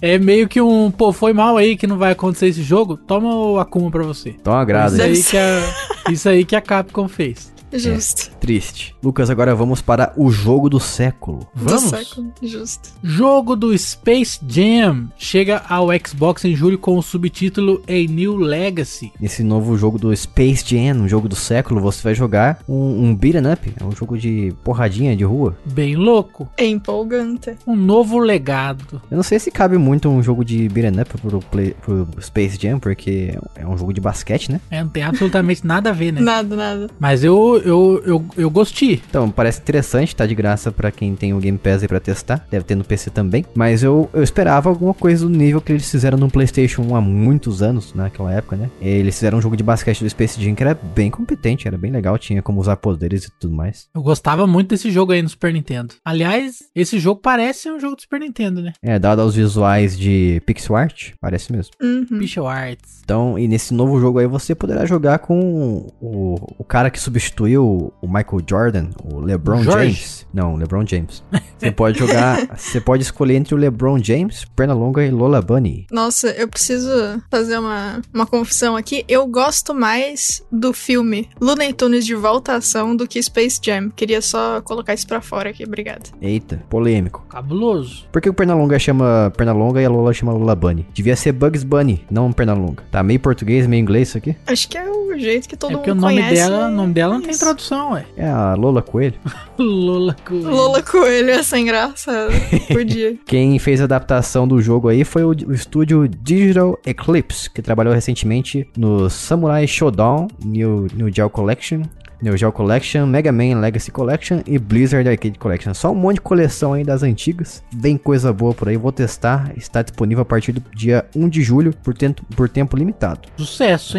Speaker 2: é meio que um, pô, foi mal aí que não vai acontecer esse jogo. Toma o Akuma pra você.
Speaker 1: Então agrada.
Speaker 2: isso,
Speaker 3: Deve
Speaker 2: aí
Speaker 3: ser.
Speaker 2: que a, isso aí que a Capcom fez.
Speaker 3: Justo.
Speaker 1: Triste. Lucas, agora vamos para o jogo do século.
Speaker 2: Vamos?
Speaker 3: Do século. Justo.
Speaker 2: Jogo do Space Jam chega ao Xbox em julho com o subtítulo A New Legacy.
Speaker 1: Nesse novo jogo do Space Jam, um jogo do século, você vai jogar um, um beat'em up, é um jogo de porradinha de rua.
Speaker 2: Bem louco.
Speaker 3: É empolgante.
Speaker 2: Um novo legado.
Speaker 1: Eu não sei se cabe muito um jogo de beat'em up pro, play- pro Space Jam, porque é um jogo de basquete, né?
Speaker 2: É, não tem absolutamente nada a ver, né?
Speaker 3: Nada, nada.
Speaker 2: Mas eu, eu, eu, eu gostei.
Speaker 1: Então, parece interessante, tá de graça pra quem tem o Game Pass aí pra testar. Deve ter no PC também. Mas eu, eu esperava alguma coisa do nível que eles fizeram no PlayStation 1 há muitos anos, naquela época, né? Eles fizeram um jogo de basquete do Space Jam que era bem competente, era bem legal, tinha como usar poderes e tudo mais.
Speaker 2: Eu gostava muito desse jogo aí no Super Nintendo. Aliás, esse jogo parece um jogo do Super Nintendo, né?
Speaker 1: É, dado aos visuais de pixel art, parece mesmo.
Speaker 3: Uhum.
Speaker 2: Pixel Arts.
Speaker 1: Então, e nesse novo jogo aí você poderá jogar com o, o cara que substituiu o Michael Jordan, o LeBron
Speaker 2: Jorge?
Speaker 1: James. Não, o LeBron James. Você pode jogar, você pode escolher entre o LeBron James, Pernalonga e Lola Bunny.
Speaker 3: Nossa, eu preciso fazer uma, uma confissão aqui. Eu gosto mais do filme Luna e Tunes de Volta à Ação do que Space Jam. Queria só colocar isso pra fora aqui, obrigada.
Speaker 1: Eita, polêmico.
Speaker 2: Cabuloso.
Speaker 1: Por que o Pernalonga chama Pernalonga e a Lola chama Lola Bunny? Devia ser Bugs Bunny, não Pernalonga. Tá meio português, meio inglês isso aqui?
Speaker 3: Acho que é o jeito que todo
Speaker 2: é
Speaker 3: mundo
Speaker 2: porque o nome
Speaker 3: conhece.
Speaker 2: dela, o nome dela não tem
Speaker 3: isso.
Speaker 2: tradução, ué.
Speaker 1: É a Lola Coelho.
Speaker 2: Lola Coelho.
Speaker 3: Lola Coelho ia ser engraçada. Podia.
Speaker 1: Quem fez a adaptação do jogo aí foi o, o estúdio Digital Eclipse, que trabalhou recentemente no Samurai Shodown, New, New Geo Collection, New Geo Collection, Mega Man Legacy Collection e Blizzard Arcade Collection. Só um monte de coleção aí das antigas. Vem coisa boa por aí, vou testar. Está disponível a partir do dia 1 de julho, por, tempo- por tempo limitado.
Speaker 2: Sucesso,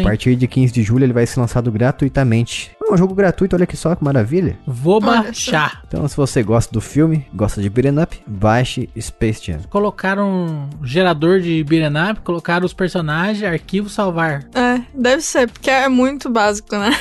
Speaker 1: A
Speaker 2: hein?
Speaker 1: partir de 15 de julho ele vai ser lançado gratuitamente. É um jogo gratuito, olha que só que maravilha.
Speaker 2: Vou
Speaker 3: Olha
Speaker 2: baixar.
Speaker 1: Então, se você gosta do filme, gosta de beat'em up, baixe Space Jam.
Speaker 2: Colocaram um gerador de Birenap, colocaram os personagens, arquivo salvar.
Speaker 3: É, deve ser, porque é muito básico, né?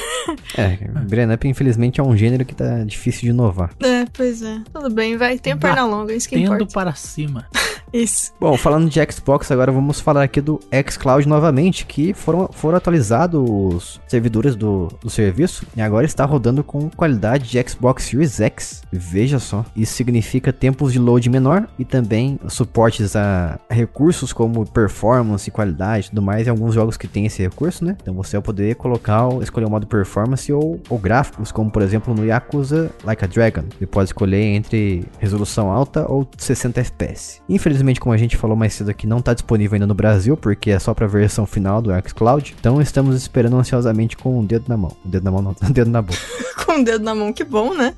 Speaker 1: É, beat'em up infelizmente é um gênero que tá difícil de inovar.
Speaker 3: É, pois é. Tudo bem, vai. Tem o perna longa, isso que
Speaker 2: Tendo
Speaker 3: importa.
Speaker 2: para cima.
Speaker 3: Isso.
Speaker 1: Bom, falando de Xbox, agora vamos falar aqui do xCloud novamente, que foram, foram atualizados os servidores do, do serviço e agora está rodando com qualidade de Xbox Series X. Veja só, isso significa tempos de load menor e também suportes a recursos como performance, qualidade e tudo mais, e alguns jogos que tem esse recurso, né? Então você vai poder colocar, o- escolher o modo performance ou, ou gráficos, como por exemplo no Yakuza Like a Dragon. Você pode escolher entre resolução alta ou 60 FPS. Infelizmente, como a gente falou mais cedo aqui, não está disponível ainda no Brasil, porque é só para a versão final do xCloud. Então estamos esperando ansiosamente com o dedo na mão. O dedo na mão não, o dedo na boca.
Speaker 3: Com o dedo na mão, que bom, né?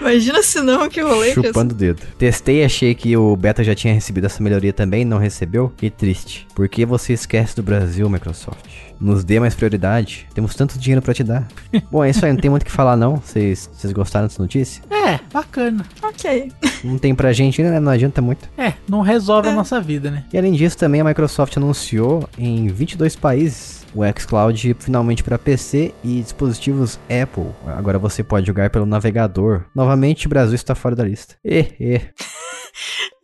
Speaker 3: Imagina se não, que rolê que é ia ser.
Speaker 1: Chupando o dedo. Testei e achei que o beta já tinha recebido essa melhoria também, não recebeu. Que triste. Por que você esquece do Brasil, Microsoft? Nos dê mais prioridade. Temos tanto dinheiro pra te dar. Bom, é isso aí, não tem muito o que falar não. Vocês vocês gostaram dessa notícia?
Speaker 2: É, bacana.
Speaker 3: Ok.
Speaker 1: Não tem pra gente ainda, né? Não adianta muito.
Speaker 2: É, não resolve a nossa vida, né?
Speaker 1: E além disso, também a Microsoft anunciou em 22 países o xCloud finalmente para PC e dispositivos Apple. Agora você pode jogar pelo navegador. Novamente, o Brasil está fora da lista. Eh, eh,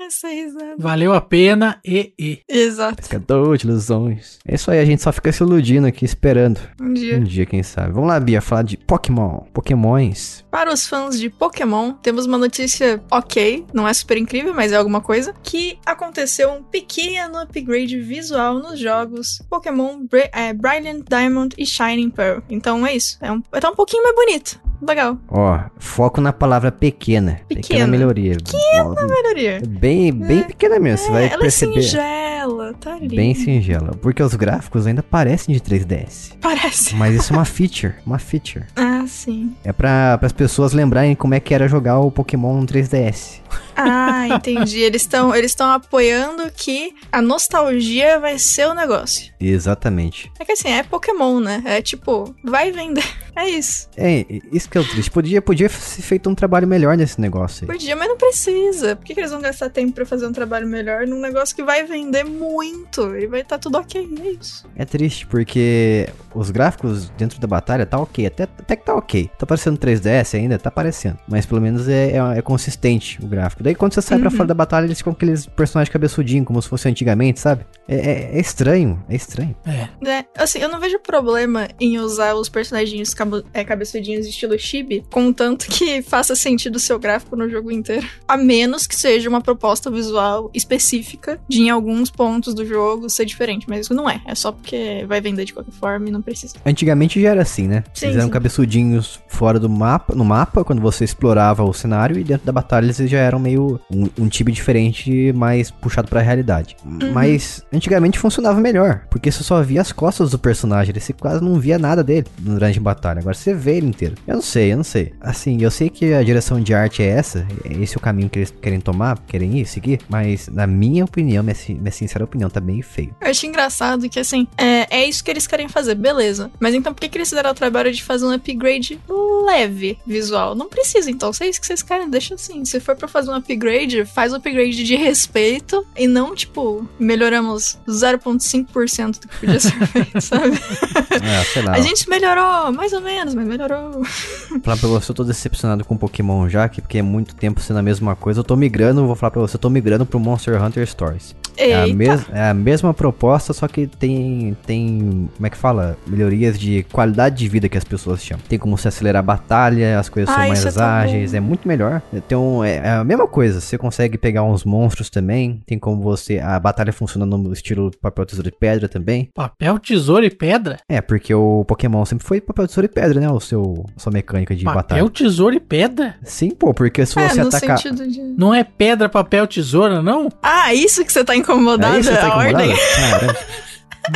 Speaker 3: Essa risada.
Speaker 2: Valeu a pena e e.
Speaker 3: Exato.
Speaker 1: Pescador de ilusões. É isso aí, a gente só fica se iludindo aqui, esperando.
Speaker 3: Um dia.
Speaker 1: Um dia, quem sabe. Vamos lá, Bia, falar de Pokémon. Pokémons.
Speaker 3: Para os fãs de Pokémon, temos uma notícia ok, não é super incrível, mas é alguma coisa, que aconteceu um pequeno upgrade visual nos jogos Pokémon Bri é, Brilliant Diamond e Shining Pearl. Então é isso, é um, é tá um pouquinho mais bonito. Legal,
Speaker 1: Ó, foco na palavra pequena. Pequena,
Speaker 3: Pequena.
Speaker 1: melhoria. Pequena.
Speaker 3: melhoria.
Speaker 1: Bem, bem
Speaker 3: É,
Speaker 1: pequena mesmo, você vai
Speaker 3: é, ela é
Speaker 1: perceber.
Speaker 3: singela, tá linda.
Speaker 1: bem singela. Porque os gráficos ainda parecem de 3DS.
Speaker 3: Parece.
Speaker 1: Mas isso é uma feature, uma feature.
Speaker 3: Ah, sim.
Speaker 1: É pra as pessoas lembrarem como é que era jogar o Pokémon no 3DS.
Speaker 3: Ah, entendi. Eles estão eles tão apoiando que a nostalgia vai ser o negócio.
Speaker 1: Exatamente.
Speaker 3: É que assim, é Pokémon, né? É tipo, vai vender. É isso.
Speaker 1: É, isso que é o triste. Podia, podia ser feito um trabalho melhor nesse negócio aí.
Speaker 3: Podia, mas não precisa. Por que, que eles vão gastar tempo pra fazer um trabalho melhor num negócio que vai vender muito? E vai estar tudo ok, é isso.
Speaker 1: É triste porque os gráficos dentro da batalha tá ok, até, até que tá ok. Tá parecendo 3DS ainda, tá parecendo. Mas pelo menos é, é- é consistente o gráfico. Daí quando você sai pra
Speaker 3: Uhum.
Speaker 1: fora da batalha, eles ficam com aqueles personagens cabeçudinhos, como se fosse antigamente, sabe? É, é- é estranho, é estranho.
Speaker 2: É.
Speaker 3: Né? Assim, eu não vejo problema em usar os personagens cabo- é, cabeçudinhos estilo chibi, contanto que faça sentido o seu gráfico no jogo inteiro. A menos que seja uma proposta visual específica de em alguns pontos do jogo ser diferente, mas isso não é. É só porque vai vender de qualquer forma e não precisa.
Speaker 1: Antigamente já era assim, né?
Speaker 3: Sim,
Speaker 1: eles eram
Speaker 3: sim.
Speaker 1: cabeçudinhos fora do mapa, no mapa, quando você explorava o cenário, e dentro da batalha eles já eram meio um, um time diferente, mais puxado pra realidade.
Speaker 3: Uhum.
Speaker 1: Mas antigamente funcionava melhor, porque você só via as costas do personagem, você quase não via nada dele durante a batalha. Agora você vê ele inteiro. Eu não sei, eu não sei. Assim, eu sei que a direção de arte é essa, é esse é o caminho que eles querem tomar, querem ir, seguir, mas na minha opinião, minha, sin- minha sincera opinião, tá meio feio.
Speaker 3: Eu acho engraçado que, assim, é, é isso que eles querem fazer, beleza. Mas então por que, que eles deram o trabalho de fazer um upgrade leve visual? Não precisa, então. Se é isso que vocês querem, deixa assim. Se for pra fazer um upgrade, faz um upgrade de respeito e não, tipo, melhoramos 0,5% do que podia ser feito, sabe?
Speaker 1: Ah, sei lá.
Speaker 3: A gente melhorou, mais ou menos, mas melhorou.
Speaker 1: falar pra você, eu tô decepcionado com Pokémon já, que porque é muito tempo sendo a mesma coisa. Eu tô migrando, vou falar pra você, eu tô migrando pro Monster Hunter Stories. É a,
Speaker 3: Eita.
Speaker 1: mes- é a mesma proposta, só que tem, tem, como é que fala? Melhorias de qualidade de vida que as pessoas chamam. Tem como se acelerar a batalha, as coisas
Speaker 3: Ah,
Speaker 1: são
Speaker 3: isso é
Speaker 1: mais
Speaker 3: tão
Speaker 1: ágeis,
Speaker 3: bom.
Speaker 1: é muito melhor. Então, é, é a mesma coisa, você consegue pegar uns monstros também, tem como você... A batalha funciona no estilo papel, tesoura e pedra também.
Speaker 2: Papel, tesoura e pedra?
Speaker 1: É, porque o Pokémon sempre foi papel, tesoura e pedra, né? O seu, sua mecânica de batalha.
Speaker 2: papel, tesoura e pedra?
Speaker 1: Sim, pô, porque se
Speaker 3: É,
Speaker 1: você
Speaker 3: no
Speaker 1: atacar.
Speaker 3: sentido de.
Speaker 2: Não é pedra, papel, tesoura, não?
Speaker 3: Ah, isso que você tá incomodada?
Speaker 1: É isso que você tá
Speaker 3: a ordem?
Speaker 1: incomodada? Caramba.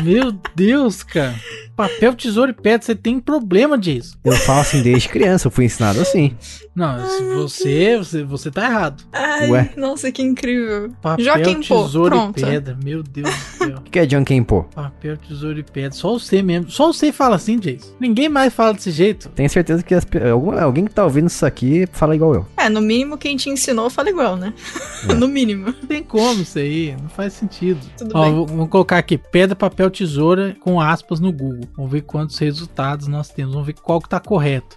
Speaker 2: Meu Deus, cara. Papel, tesoura e pedra, você tem problema disso.
Speaker 1: Eu falo assim desde criança, eu fui ensinado assim.
Speaker 2: Não, se você, você, você tá errado.
Speaker 3: Ai,
Speaker 1: Ué.
Speaker 3: nossa, que incrível.
Speaker 2: Papel,
Speaker 3: Joaquim Pô,
Speaker 2: tesoura e
Speaker 3: pronto.
Speaker 2: pedra. Meu Deus do céu.
Speaker 1: O que é Junkenpo?
Speaker 2: Papel, tesoura e pedra. Só você mesmo. Só você fala assim, Jason. Ninguém mais fala desse jeito.
Speaker 1: Tenho certeza que as pe- algum- alguém que tá ouvindo isso aqui fala igual eu.
Speaker 3: É, no mínimo quem te ensinou fala igual, né?
Speaker 1: É.
Speaker 3: no mínimo.
Speaker 2: Não tem como isso aí. Não faz sentido.
Speaker 3: Tudo
Speaker 2: Ó,
Speaker 3: bem.
Speaker 2: vou, vou colocar aqui pedra, papel, tesoura com aspas no Google. Vamos ver quantos resultados nós temos. Vamos ver qual que tá correto.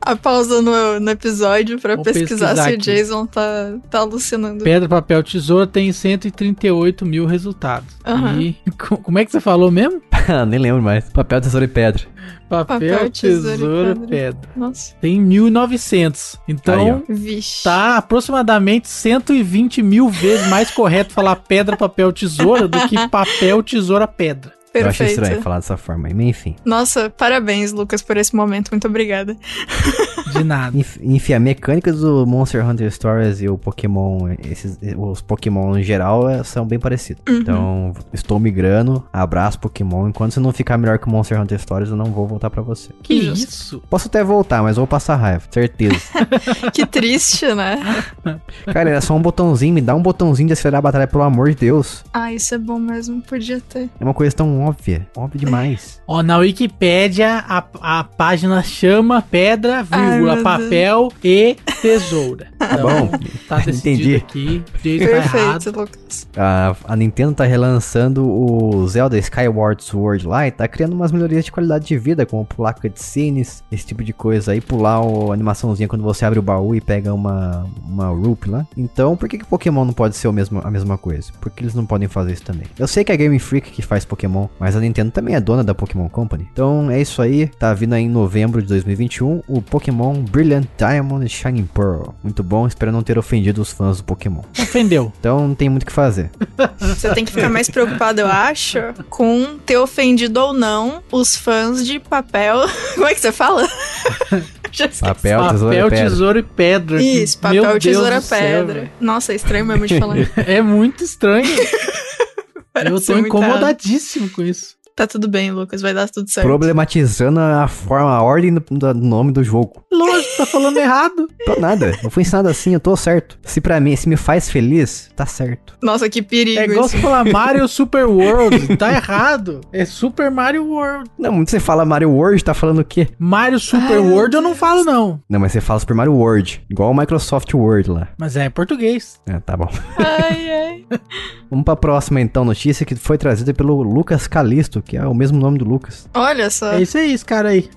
Speaker 3: a pausa no, no episódio pra
Speaker 2: Vou
Speaker 3: pesquisar,
Speaker 2: pesquisar
Speaker 3: se
Speaker 2: aqui.
Speaker 3: o Jason tá, tá alucinando.
Speaker 2: Pedra, papel, tesoura tem 138 mil resultados.
Speaker 3: Aham.
Speaker 2: E co- como é que você falou mesmo?
Speaker 1: Nem lembro mais. Papel, tesoura e pedra.
Speaker 2: Papel,
Speaker 3: Papel,
Speaker 2: tesoura,
Speaker 3: tesoura e
Speaker 2: pedra.
Speaker 3: pedra. Nossa,
Speaker 2: Tem 1.900. Então
Speaker 1: Aí,
Speaker 3: vixe.
Speaker 2: tá aproximadamente 120 mil vezes mais correto falar pedra, papel, tesoura do que papel, tesoura, pedra.
Speaker 1: Eu acho estranho
Speaker 3: Perfeito.
Speaker 1: falar dessa forma. aí, mas Enfim.
Speaker 3: Nossa, parabéns, Lucas, por esse momento. Muito obrigada.
Speaker 2: De nada.
Speaker 1: Enf- Enfim, a mecânica do Monster Hunter Stories e o Pokémon, esses, os Pokémon em geral, eh, são bem parecidos.
Speaker 3: Uhum.
Speaker 1: Então, estou migrando, abraço Pokémon. Enquanto você não ficar melhor que o Monster Hunter Stories, eu não vou voltar pra você.
Speaker 2: Que
Speaker 3: Justo.
Speaker 2: isso?
Speaker 1: Posso até voltar, mas vou passar raiva, certeza.
Speaker 3: Que triste, né?
Speaker 1: Cara, era só um botãozinho, me dá um botãozinho de acelerar a batalha, pelo amor de Deus.
Speaker 3: Ah, isso é bom mesmo. Podia ter.
Speaker 1: É uma coisa tão óbvia, óbvia demais.
Speaker 2: Ó, na Wikipédia, a, a página chama pedra, vírgula,
Speaker 3: Ai, meu
Speaker 2: papel e tesoura.
Speaker 1: Tá bom.
Speaker 2: Tá
Speaker 1: Entendi.
Speaker 2: decidido aqui. Jason tá errado.
Speaker 3: Perfeito, Lucas.
Speaker 1: A, a Nintendo tá relançando o Zelda Skyward Sword lá e tá criando umas melhorias de qualidade de vida, como pular cutscenes, esse tipo de coisa aí, pular o- a animaçãozinha quando você abre o baú e pega uma, uma Rupe lá. Então, por que que Pokémon não pode ser o mesmo, a mesma coisa? Por que eles não podem fazer isso também? Eu sei que é a Game Freak que faz Pokémon, mas a Nintendo também é dona da Pokémon Company. Então, é isso aí. Tá vindo aí em novembro de 2021 o Pokémon Brilliant Diamond e Shining Pearl. Muito bom, espero não ter ofendido os fãs do Pokémon.
Speaker 2: Ofendeu.
Speaker 1: Então, não tem muito o que fazer.
Speaker 3: Você tem que ficar mais preocupado, eu acho, com ter ofendido ou não os fãs de papel. Como é que você fala? Já esqueci.
Speaker 1: Papel, tesoura e
Speaker 2: Papel,
Speaker 1: pedra.
Speaker 2: tesoura e pedra.
Speaker 3: Isso,
Speaker 2: Meu
Speaker 3: papel,
Speaker 2: Deus
Speaker 3: tesoura,
Speaker 2: do céu,
Speaker 3: pedra.
Speaker 2: velho.
Speaker 3: Nossa, é estranho mesmo de falar.
Speaker 2: É muito estranho. Eu
Speaker 3: Parece
Speaker 2: tô
Speaker 3: muito errado.
Speaker 2: incomodadíssimo com isso.
Speaker 3: Tá tudo bem, Lucas, vai dar tudo certo.
Speaker 1: Problematizando a forma, a ordem do, do nome do jogo.
Speaker 2: Lógico, tá falando errado.
Speaker 1: Tô nada. Eu fui ensinado assim, eu tô certo. Se pra mim, se me faz feliz, tá certo.
Speaker 3: Nossa, que perigo.
Speaker 2: É igual
Speaker 3: isso.
Speaker 2: você falar Mario Super World. Tá errado. É Super Mario World.
Speaker 1: Não, muito você fala Mario World, tá falando o quê?
Speaker 2: Mario Super
Speaker 3: Ai, meu
Speaker 2: World eu não falo, não.
Speaker 1: Não, mas você fala Super Mario World. Igual o Microsoft Word lá.
Speaker 2: Mas é em português.
Speaker 1: É, tá bom.
Speaker 3: Ai, ai.
Speaker 1: Vamos pra próxima então, notícia que foi trazida pelo Lucas Calisto, que é o mesmo nome do Lucas.
Speaker 3: Olha só.
Speaker 2: É isso aí, esse cara aí.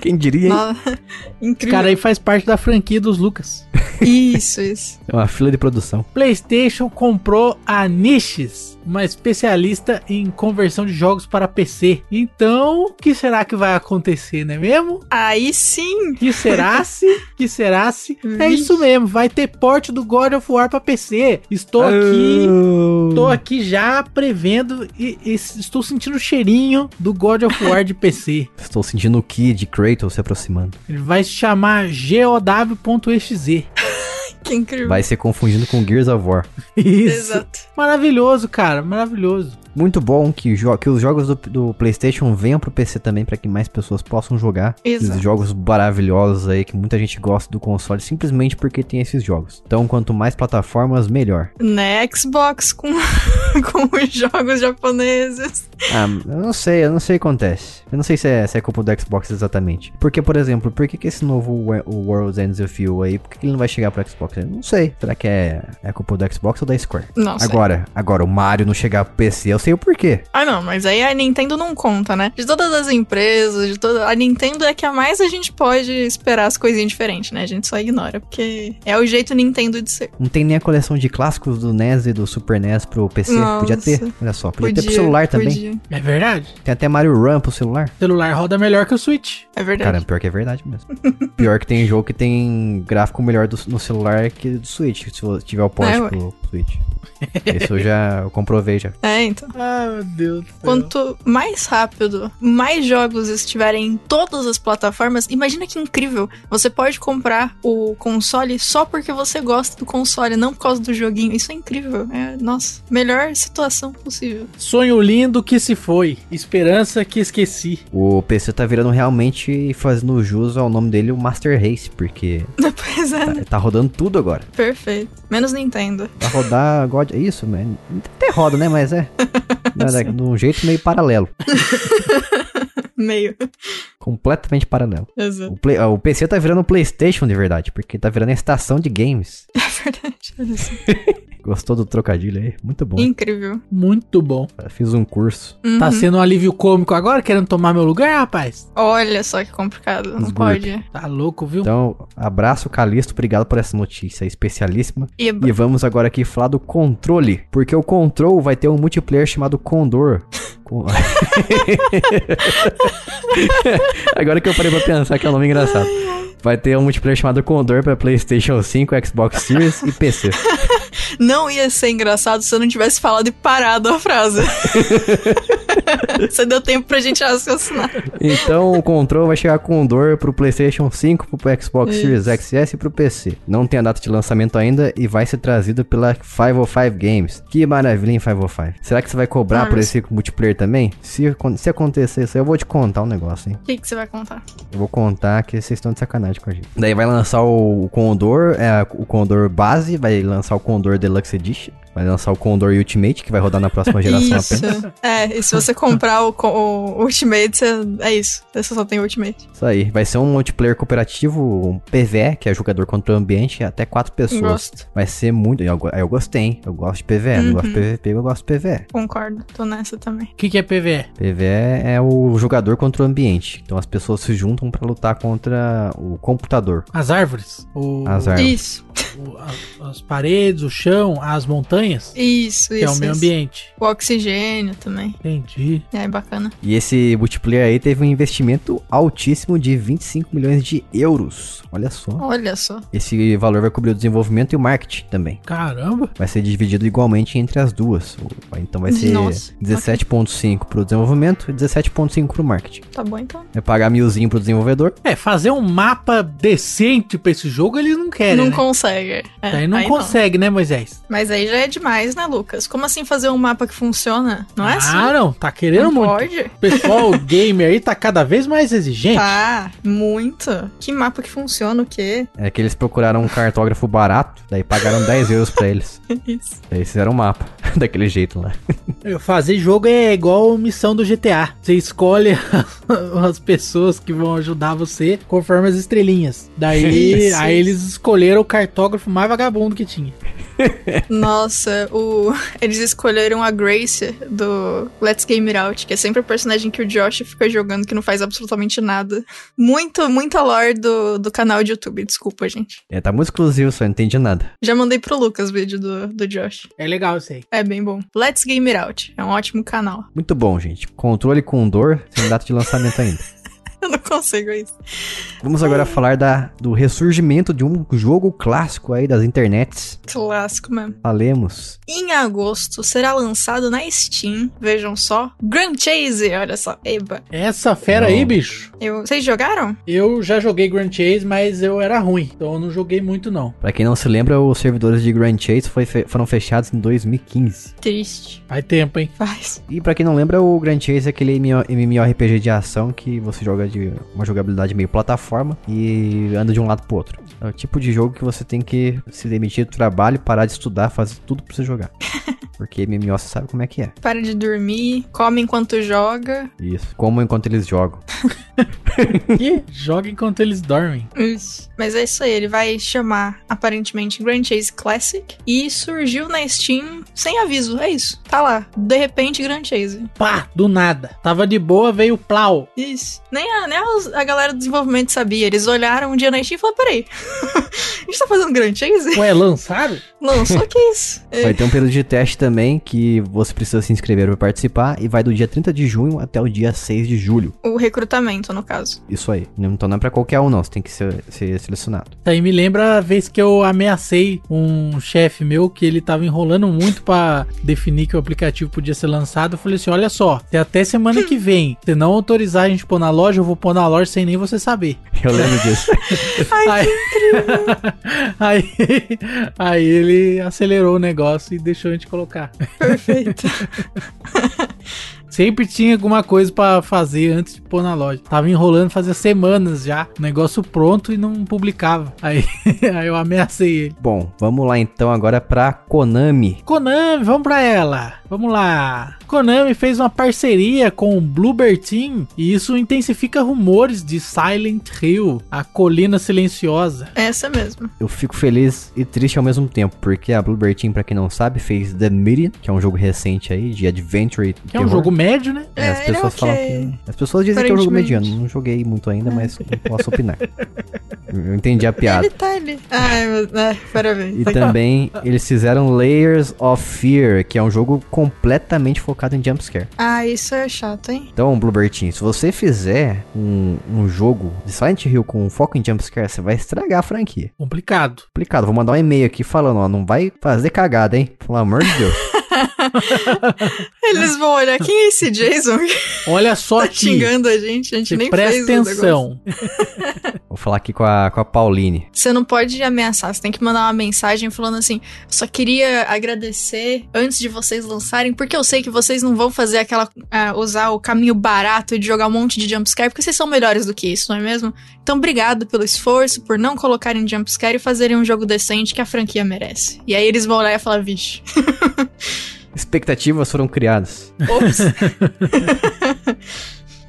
Speaker 1: Quem diria, hein?
Speaker 3: No-
Speaker 2: Esse
Speaker 3: Incrível.
Speaker 2: cara aí faz parte da franquia dos Lucas.
Speaker 3: Isso, isso.
Speaker 1: É uma fila de produção.
Speaker 2: PlayStation comprou a Niches, uma especialista em conversão de jogos para PC. Então, o que será que vai acontecer, não é mesmo?
Speaker 3: Aí sim.
Speaker 2: Que será-se? Que será-se? É isso mesmo, vai ter porte do God of War pra PC. Estou
Speaker 3: Ah.
Speaker 2: aqui.
Speaker 1: Ah.
Speaker 2: Tô aqui já prevendo e, e estou sentindo o cheirinho do God of War de PC.
Speaker 1: Estou sentindo o Kid Kratos se aproximando.
Speaker 2: Ele vai se chamar GOW.exe.
Speaker 3: Que incrível.
Speaker 1: Vai ser confundindo com Gears of War.
Speaker 2: Isso.
Speaker 3: Exato.
Speaker 2: Maravilhoso, cara, maravilhoso.
Speaker 1: Muito bom que, jo- que os jogos do, do PlayStation venham pro PC também, pra que mais pessoas possam jogar.
Speaker 3: Exato.
Speaker 1: Esses jogos maravilhosos aí, que muita gente gosta do console simplesmente porque tem esses jogos. Então, quanto mais plataformas, melhor.
Speaker 3: Né, Xbox com, com os jogos japoneses.
Speaker 1: Ah, eu não sei, eu não sei o que acontece. Eu não sei se é, se é culpa do Xbox exatamente. Porque, por exemplo, por que, que esse novo Wa- o World's Ends of You aí, por que, que ele não vai chegar pro Xbox? Eu não sei. Será que é, é culpa do Xbox ou da Square?
Speaker 3: Nossa.
Speaker 1: Agora, agora, o Mario não chegar pro PC, eu sei o porquê.
Speaker 3: Ah, não, mas aí a Nintendo não conta, né? De todas as empresas, de toda. A Nintendo é que a mais a gente pode esperar as coisinhas diferentes, né? A gente só ignora, porque é o jeito Nintendo de ser.
Speaker 1: Não tem nem a coleção de clássicos do NES e do Super NES pro PC.
Speaker 3: Nossa.
Speaker 1: Podia ter, olha só. Podia,
Speaker 3: Podia,
Speaker 1: ter pro celular também.
Speaker 3: podia.
Speaker 2: É verdade.
Speaker 1: Tem até Mario Run pro celular.
Speaker 2: O celular roda melhor que o Switch.
Speaker 3: É verdade.
Speaker 1: Cara, pior que é verdade mesmo. pior que tem jogo que tem gráfico melhor do- no celular que do Switch, se você tiver o port
Speaker 3: É, ué.
Speaker 1: pro Switch. Isso eu já eu comprovei já.
Speaker 3: É, então.
Speaker 2: Ah, meu Deus do céu.
Speaker 3: Quanto mais rápido, mais jogos estiverem em todas as plataformas, imagina que incrível. Você pode comprar o console só porque você gosta do console, não por causa do joguinho. Isso é incrível. É, nossa, melhor situação possível.
Speaker 2: Sonho lindo que se foi, esperança que esqueci.
Speaker 1: O PC tá virando realmente fazendo jus ao nome dele o Master Race, porque
Speaker 3: Pois é,
Speaker 1: tá, tá rodando tudo agora.
Speaker 3: perfeito. Menos Nintendo.
Speaker 1: Pra rodar God. É isso, mano. Até roda, né? Mas é. Não, é de um jeito meio paralelo.
Speaker 3: Meio.
Speaker 1: Completamente paralelo.
Speaker 3: Exato.
Speaker 1: O, play- ah, o PC tá virando o PlayStation de verdade, porque tá virando a estação de games.
Speaker 3: É verdade. olha só.
Speaker 1: Gostou do trocadilho aí? Muito bom.
Speaker 3: Incrível.
Speaker 2: Muito bom.
Speaker 1: Fiz um curso.
Speaker 3: Uhum.
Speaker 2: Tá sendo um alívio cômico agora, querendo tomar meu lugar, rapaz?
Speaker 3: Olha só que complicado. Não
Speaker 1: Os
Speaker 3: pode.
Speaker 2: Tá louco, viu?
Speaker 1: Então, abraço, Calixto. Obrigado por essa notícia especialíssima.
Speaker 3: Eba.
Speaker 1: E vamos agora aqui falar do controle. Porque o Control vai ter um multiplayer chamado Condor. Com- agora que eu parei pra pensar que é um nome engraçado. Vai ter um multiplayer chamado Condor pra PlayStation 5, Xbox Series e PC.
Speaker 3: Não ia ser engraçado se eu não tivesse falado e parado a frase. Você deu tempo pra gente raciocinar.
Speaker 1: Então o Control vai chegar com dor pro PlayStation 5, pro Xbox Series XS e pro PC. Não tem a data de lançamento ainda e vai ser trazido pela 505 Games. Que maravilha, hein, 505. Será que você vai cobrar
Speaker 3: Ah,
Speaker 1: por
Speaker 3: mas-
Speaker 1: esse multiplayer também? Se, acon- se acontecer isso aí, eu vou te contar um negócio, hein?
Speaker 3: O que, que você vai contar?
Speaker 1: Eu vou contar que vocês estão de sacanagem com a gente. Daí vai lançar o, o Condor, é, o Condor base, vai lançar o Condor Deluxe Edition, vai lançar o Condor Ultimate, que vai rodar na próxima geração
Speaker 3: Isso.
Speaker 1: apenas.
Speaker 3: É, e se você comprar o, co- o Ultimate, você, é isso. Você só tem o Ultimate.
Speaker 1: Isso aí, vai ser um multiplayer cooperativo, um PVE, que é jogador contra o ambiente, até quatro pessoas.
Speaker 3: Gosto.
Speaker 1: Vai ser muito. Eu, go- eu gostei, hein? Eu gosto de PVE, não
Speaker 3: Uhum.
Speaker 1: gosto de PVP, eu gosto de PVE.
Speaker 3: Concordo. Tô nessa também.
Speaker 2: O que, que é PVE?
Speaker 1: PVE é o jogador contra o ambiente. Então as pessoas se juntam pra lutar contra o computador.
Speaker 2: As árvores? O,
Speaker 1: As árvores.
Speaker 3: Isso.
Speaker 2: o- a- as paredes, o chão, as montanhas?
Speaker 3: Isso,
Speaker 2: que
Speaker 3: isso.
Speaker 2: é o meio
Speaker 3: isso.
Speaker 2: ambiente.
Speaker 3: O oxigênio também.
Speaker 2: Entendi.
Speaker 3: É bacana.
Speaker 1: E esse multiplayer aí teve um investimento altíssimo de 25 milhões de euros. Olha só.
Speaker 3: Olha só.
Speaker 1: Esse valor vai cobrir o desenvolvimento e o marketing também.
Speaker 2: Caramba.
Speaker 1: Vai ser dividido igualmente entre as duas. O- Então vai ser
Speaker 3: Nossa,
Speaker 1: 17,5 pro desenvolvimento e 17,5 pro marketing.
Speaker 3: Tá bom então.
Speaker 1: Vai pagar milzinho pro desenvolvedor.
Speaker 2: É, fazer um mapa decente pra esse jogo eles não querem.
Speaker 3: não
Speaker 2: né?
Speaker 3: consegue. É,
Speaker 2: Daí não consegue, né, Moisés?
Speaker 3: Mas aí já é demais, né, Lucas? Como assim fazer um mapa que funciona? Não é assim?
Speaker 2: Ah, não. Tá querendo
Speaker 3: Não
Speaker 2: muito.
Speaker 3: pode?
Speaker 2: O pessoal gamer aí tá cada vez mais exigente.
Speaker 3: Tá, muito. Que mapa que funciona, o quê?
Speaker 1: É que eles procuraram um cartógrafo barato, daí pagaram 10 euros pra eles.
Speaker 3: Isso.
Speaker 1: Daí fizeram um mapa, daquele jeito lá.
Speaker 2: Eu Fazer jogo é igual missão do GTA. Você escolhe as pessoas que vão ajudar você conforme as estrelinhas. Daí
Speaker 3: Isso,
Speaker 2: aí
Speaker 3: isso.
Speaker 2: eles escolheram o cartógrafo mais vagabundo que tinha.
Speaker 3: Nossa, o... eles escolheram a Grace do Let's Game It Out, que é sempre o personagem que o Josh fica jogando que não faz absolutamente nada. Muito, muita lore do, do canal de YouTube, desculpa, gente.
Speaker 1: É, tá muito exclusivo, só não entendi nada.
Speaker 3: Já mandei pro Lucas o vídeo do, do Josh.
Speaker 2: É legal isso aí.
Speaker 3: É bem bom. Let's Game It Out, é um ótimo canal.
Speaker 1: Muito bom, gente. Controle com dor, sem data de lançamento ainda.
Speaker 3: Eu não consigo isso.
Speaker 1: Vamos agora falar da, do ressurgimento de um jogo clássico aí das internets.
Speaker 3: Clássico mesmo.
Speaker 1: Falemos.
Speaker 3: Em agosto será lançado na Steam, vejam só, Grand Chase, olha só, eba.
Speaker 2: Essa fera aí, bicho.
Speaker 3: Eu, vocês jogaram?
Speaker 2: Eu já joguei Grand Chase, mas eu era ruim. Então eu não joguei muito, não.
Speaker 1: Pra quem não se lembra, os servidores de Grand Chase foi fe- foram fechados em 2015.
Speaker 3: Triste.
Speaker 2: Faz tempo, hein?
Speaker 3: Faz.
Speaker 1: E pra quem não lembra, o Grand Chase é aquele MMO MMORPG de ação que você joga de uma jogabilidade meio plataforma e anda de um lado pro outro. É o tipo de jogo que você tem que se demitir do trabalho, parar de estudar, fazer tudo pra você jogar. Porque MMO você sabe como é que é.
Speaker 3: Para de dormir, come enquanto joga.
Speaker 1: Isso. Como enquanto eles jogam.
Speaker 2: Que joga enquanto eles dormem.
Speaker 3: Isso. Mas é isso aí, ele vai chamar aparentemente Grand Chase Classic e surgiu na Steam sem aviso, é isso. Tá lá, de repente Grand Chase.
Speaker 2: Pá, do nada. Tava de boa, veio plau.
Speaker 3: Isso. Nem a, nem os- a galera do desenvolvimento sabia, eles olharam um dia na Steam e falaram, peraí, a gente tá fazendo Grand Chase?
Speaker 2: Ué, lançaram?
Speaker 3: Lançou que isso? É.
Speaker 1: Vai ter um período de teste também que você precisa se inscrever pra participar e vai do dia 30 de junho até o dia 6 de julho.
Speaker 3: O recrutamento, no caso.
Speaker 1: Isso aí. Então não é pra qualquer um, não. Você tem que ser, ser selecionado.
Speaker 2: Isso aí me lembra a vez que eu ameacei um chefe meu que ele tava enrolando muito pra definir que o aplicativo podia ser lançado. Eu falei assim: olha só, tem até semana que vem. Se não autorizar a gente pôr na loja, eu vou pôr na loja sem nem você saber.
Speaker 1: Eu lembro disso.
Speaker 2: aí, aí, aí ele acelerou o negócio e deixou a gente colocar.
Speaker 3: Perfeito.
Speaker 2: Sempre tinha alguma coisa pra fazer antes de pôr na loja. Tava enrolando fazia semanas já. Negócio pronto e não publicava. Aí, aí eu ameacei ele.
Speaker 1: Bom, vamos lá então agora pra Konami.
Speaker 2: Konami, vamos pra ela. Vamos lá. Konami fez uma parceria com o Bluebird Team e isso intensifica rumores de Silent Hill, a colina silenciosa.
Speaker 3: Essa mesmo.
Speaker 1: Eu fico feliz e triste ao mesmo tempo, porque a Bluebird Team, pra quem não sabe, fez The Medium, que é um jogo recente aí, de adventure e
Speaker 2: Que é um
Speaker 1: terror.
Speaker 2: jogo médio, né?
Speaker 1: É, as
Speaker 3: É, ele é
Speaker 1: pessoas falam
Speaker 3: ok.
Speaker 1: que... As pessoas dizem que é um jogo
Speaker 3: Aparentemente.
Speaker 1: mediano. Não joguei muito ainda, mas não posso opinar. Eu entendi a piada.
Speaker 3: Ele tá ali. Ai, meu... Ai, parabéns.
Speaker 1: E também eles fizeram Layers of Fear, que é um jogo completamente focado em jumpscare.
Speaker 3: Ah, isso é chato, hein?
Speaker 1: Então, Bluebertin, se você fizer um, um jogo de Silent Hill com foco em jumpscare, você vai estragar a franquia.
Speaker 2: Complicado.
Speaker 1: Complicado, vou mandar um e-mail aqui falando, ó, não vai fazer cagada, hein? Pelo amor de Deus.
Speaker 3: Eles vão olhar quem é esse Jason que
Speaker 2: Olha só
Speaker 3: tá
Speaker 2: aqui.
Speaker 3: xingando a gente, a gente
Speaker 2: Você
Speaker 3: nem
Speaker 2: presta
Speaker 3: fez o negócio.
Speaker 2: atenção.
Speaker 1: Vou falar aqui com a, com a Pauline.
Speaker 3: Você não pode ameaçar, você tem que mandar uma mensagem falando assim: só queria agradecer antes de vocês lançarem, porque eu sei que vocês não vão fazer aquela. ah, usar o caminho barato de jogar um monte de jumpscare, porque vocês são melhores do que isso, não é mesmo? Então, obrigado pelo esforço, por não colocarem jumpscare e fazerem um jogo decente que a franquia merece. E aí eles vão olhar e falar: vixe,
Speaker 1: Expectativas foram criadas.
Speaker 3: ops,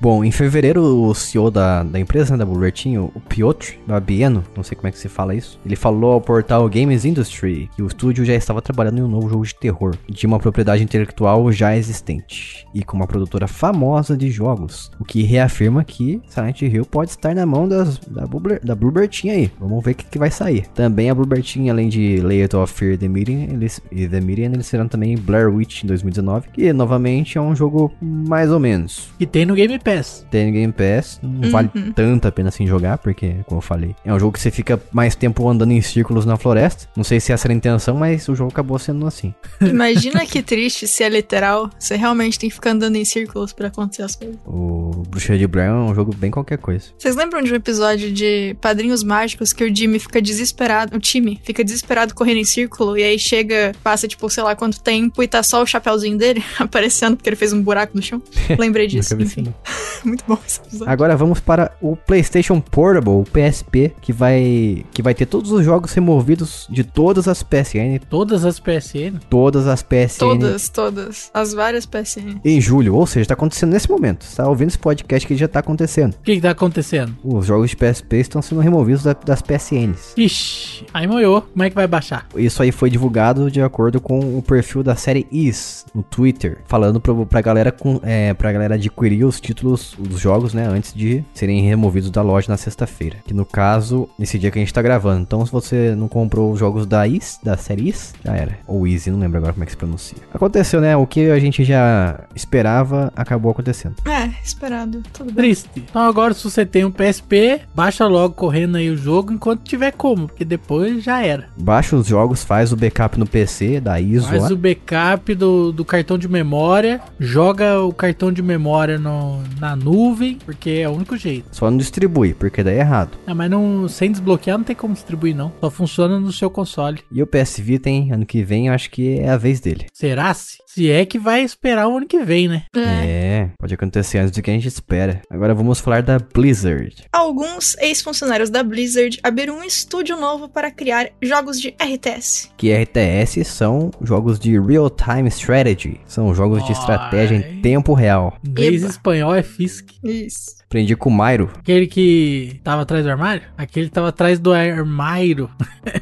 Speaker 1: Bom, em fevereiro, o CEO da, da empresa, né, da Bulletin, o Piotr Babieno, não sei como é que se fala isso, ele falou ao portal Games Industry que o estúdio já estava trabalhando em um novo jogo de terror, de uma propriedade intelectual já existente, e com uma produtora famosa de jogos, o que reafirma que Silent Hill pode estar na mão das, da, Bubler, da Bluebird Team aí. Vamos ver o que, que vai sair. Também a Bluebird Team, além de Layer of Fear e The Medium, eles, e The Medium, eles serão também Blair Witch em 2019, que novamente é um jogo mais ou menos
Speaker 2: E tem no Game Pass.
Speaker 1: tem no Game Pass, não vale tanto a pena assim jogar, porque, como eu falei, é um jogo que você fica mais tempo andando em círculos na floresta. Não sei se é essa era a intenção, mas o jogo acabou sendo assim.
Speaker 3: imagina que triste se é literal, você realmente tem que ficar andando em círculos pra acontecer as coisas.
Speaker 1: O Bruxa de Blair é um jogo bem qualquer coisa.
Speaker 3: Vocês lembram de um episódio de Padrinhos Mágicos que o Jimmy fica desesperado, o time fica desesperado correndo em círculo e aí chega, passa tipo, sei lá quanto tempo e tá só o chapéuzinho dele aparecendo porque ele fez um buraco no chão? Lembrei disso,
Speaker 1: Nunca vi isso, Ah,
Speaker 3: enfim.
Speaker 1: não.
Speaker 3: Muito bom esse episódio.
Speaker 1: Agora vamos para o PlayStation Portable, o PSP, que vai que vai ter todos os jogos removidos de todas as PSN,
Speaker 2: Todas as PSN.
Speaker 1: todas as PSN
Speaker 3: Todas, todas. As várias PSN.
Speaker 1: em julho, ou seja, tá acontecendo nesse momento. Você tá ouvindo esse podcast que já tá acontecendo.
Speaker 2: O que, que tá acontecendo?
Speaker 1: Os jogos de PSP estão sendo removidos da- das PSNs.
Speaker 2: Ixi, aí moiou. Como é que vai baixar?
Speaker 1: Isso aí foi divulgado de acordo com o perfil da série Is no Twitter, falando pro, pra, galera com, é, pra galera adquirir os títulos, os jogos, né, antes de serem removidos da loja na sexta-feira. Que no caso, nesse dia que a gente tá gravando. Então, se você não comprou os jogos da Is, da série Is, já era. Ou Easy, não lembro agora como é que se pronuncia. Aconteceu, né? O que a gente já esperava acabou acontecendo.
Speaker 3: É, esperado. Tudo bem.
Speaker 2: Triste. Então agora, se você tem um PSP, baixa logo correndo aí o jogo enquanto tiver como, porque depois já era.
Speaker 1: Baixa os jogos, faz o backup no PC da ISO lá.
Speaker 2: Faz o backup do, do cartão de memória, joga o cartão de memória no- na nuvem, porque é o único jeito.
Speaker 1: Só não distribui, porque daí é errado.
Speaker 2: Ah, mas não, sem desbloquear não tem como distribuir, não. Só funciona no seu console.
Speaker 1: E o PS Vita, hein? Ano que vem, eu acho que é a vez dele.
Speaker 2: Será se? Se é que vai esperar o ano que vem, né?
Speaker 3: É.
Speaker 1: É, pode acontecer antes do que a gente espera. Agora vamos falar da Blizzard.
Speaker 3: Alguns ex-funcionários da Blizzard abriram um estúdio novo para criar jogos de RTS.
Speaker 1: Que RTS são jogos de real-time strategy. São jogos de estratégia
Speaker 2: Ai.
Speaker 1: em tempo real.
Speaker 2: Inglês e
Speaker 3: Eba.
Speaker 2: espanhol é Fisk.
Speaker 3: Isso.
Speaker 1: Aprendi com o Mairo.
Speaker 2: Aquele que tava atrás do armário? Aquele que tava atrás do armário.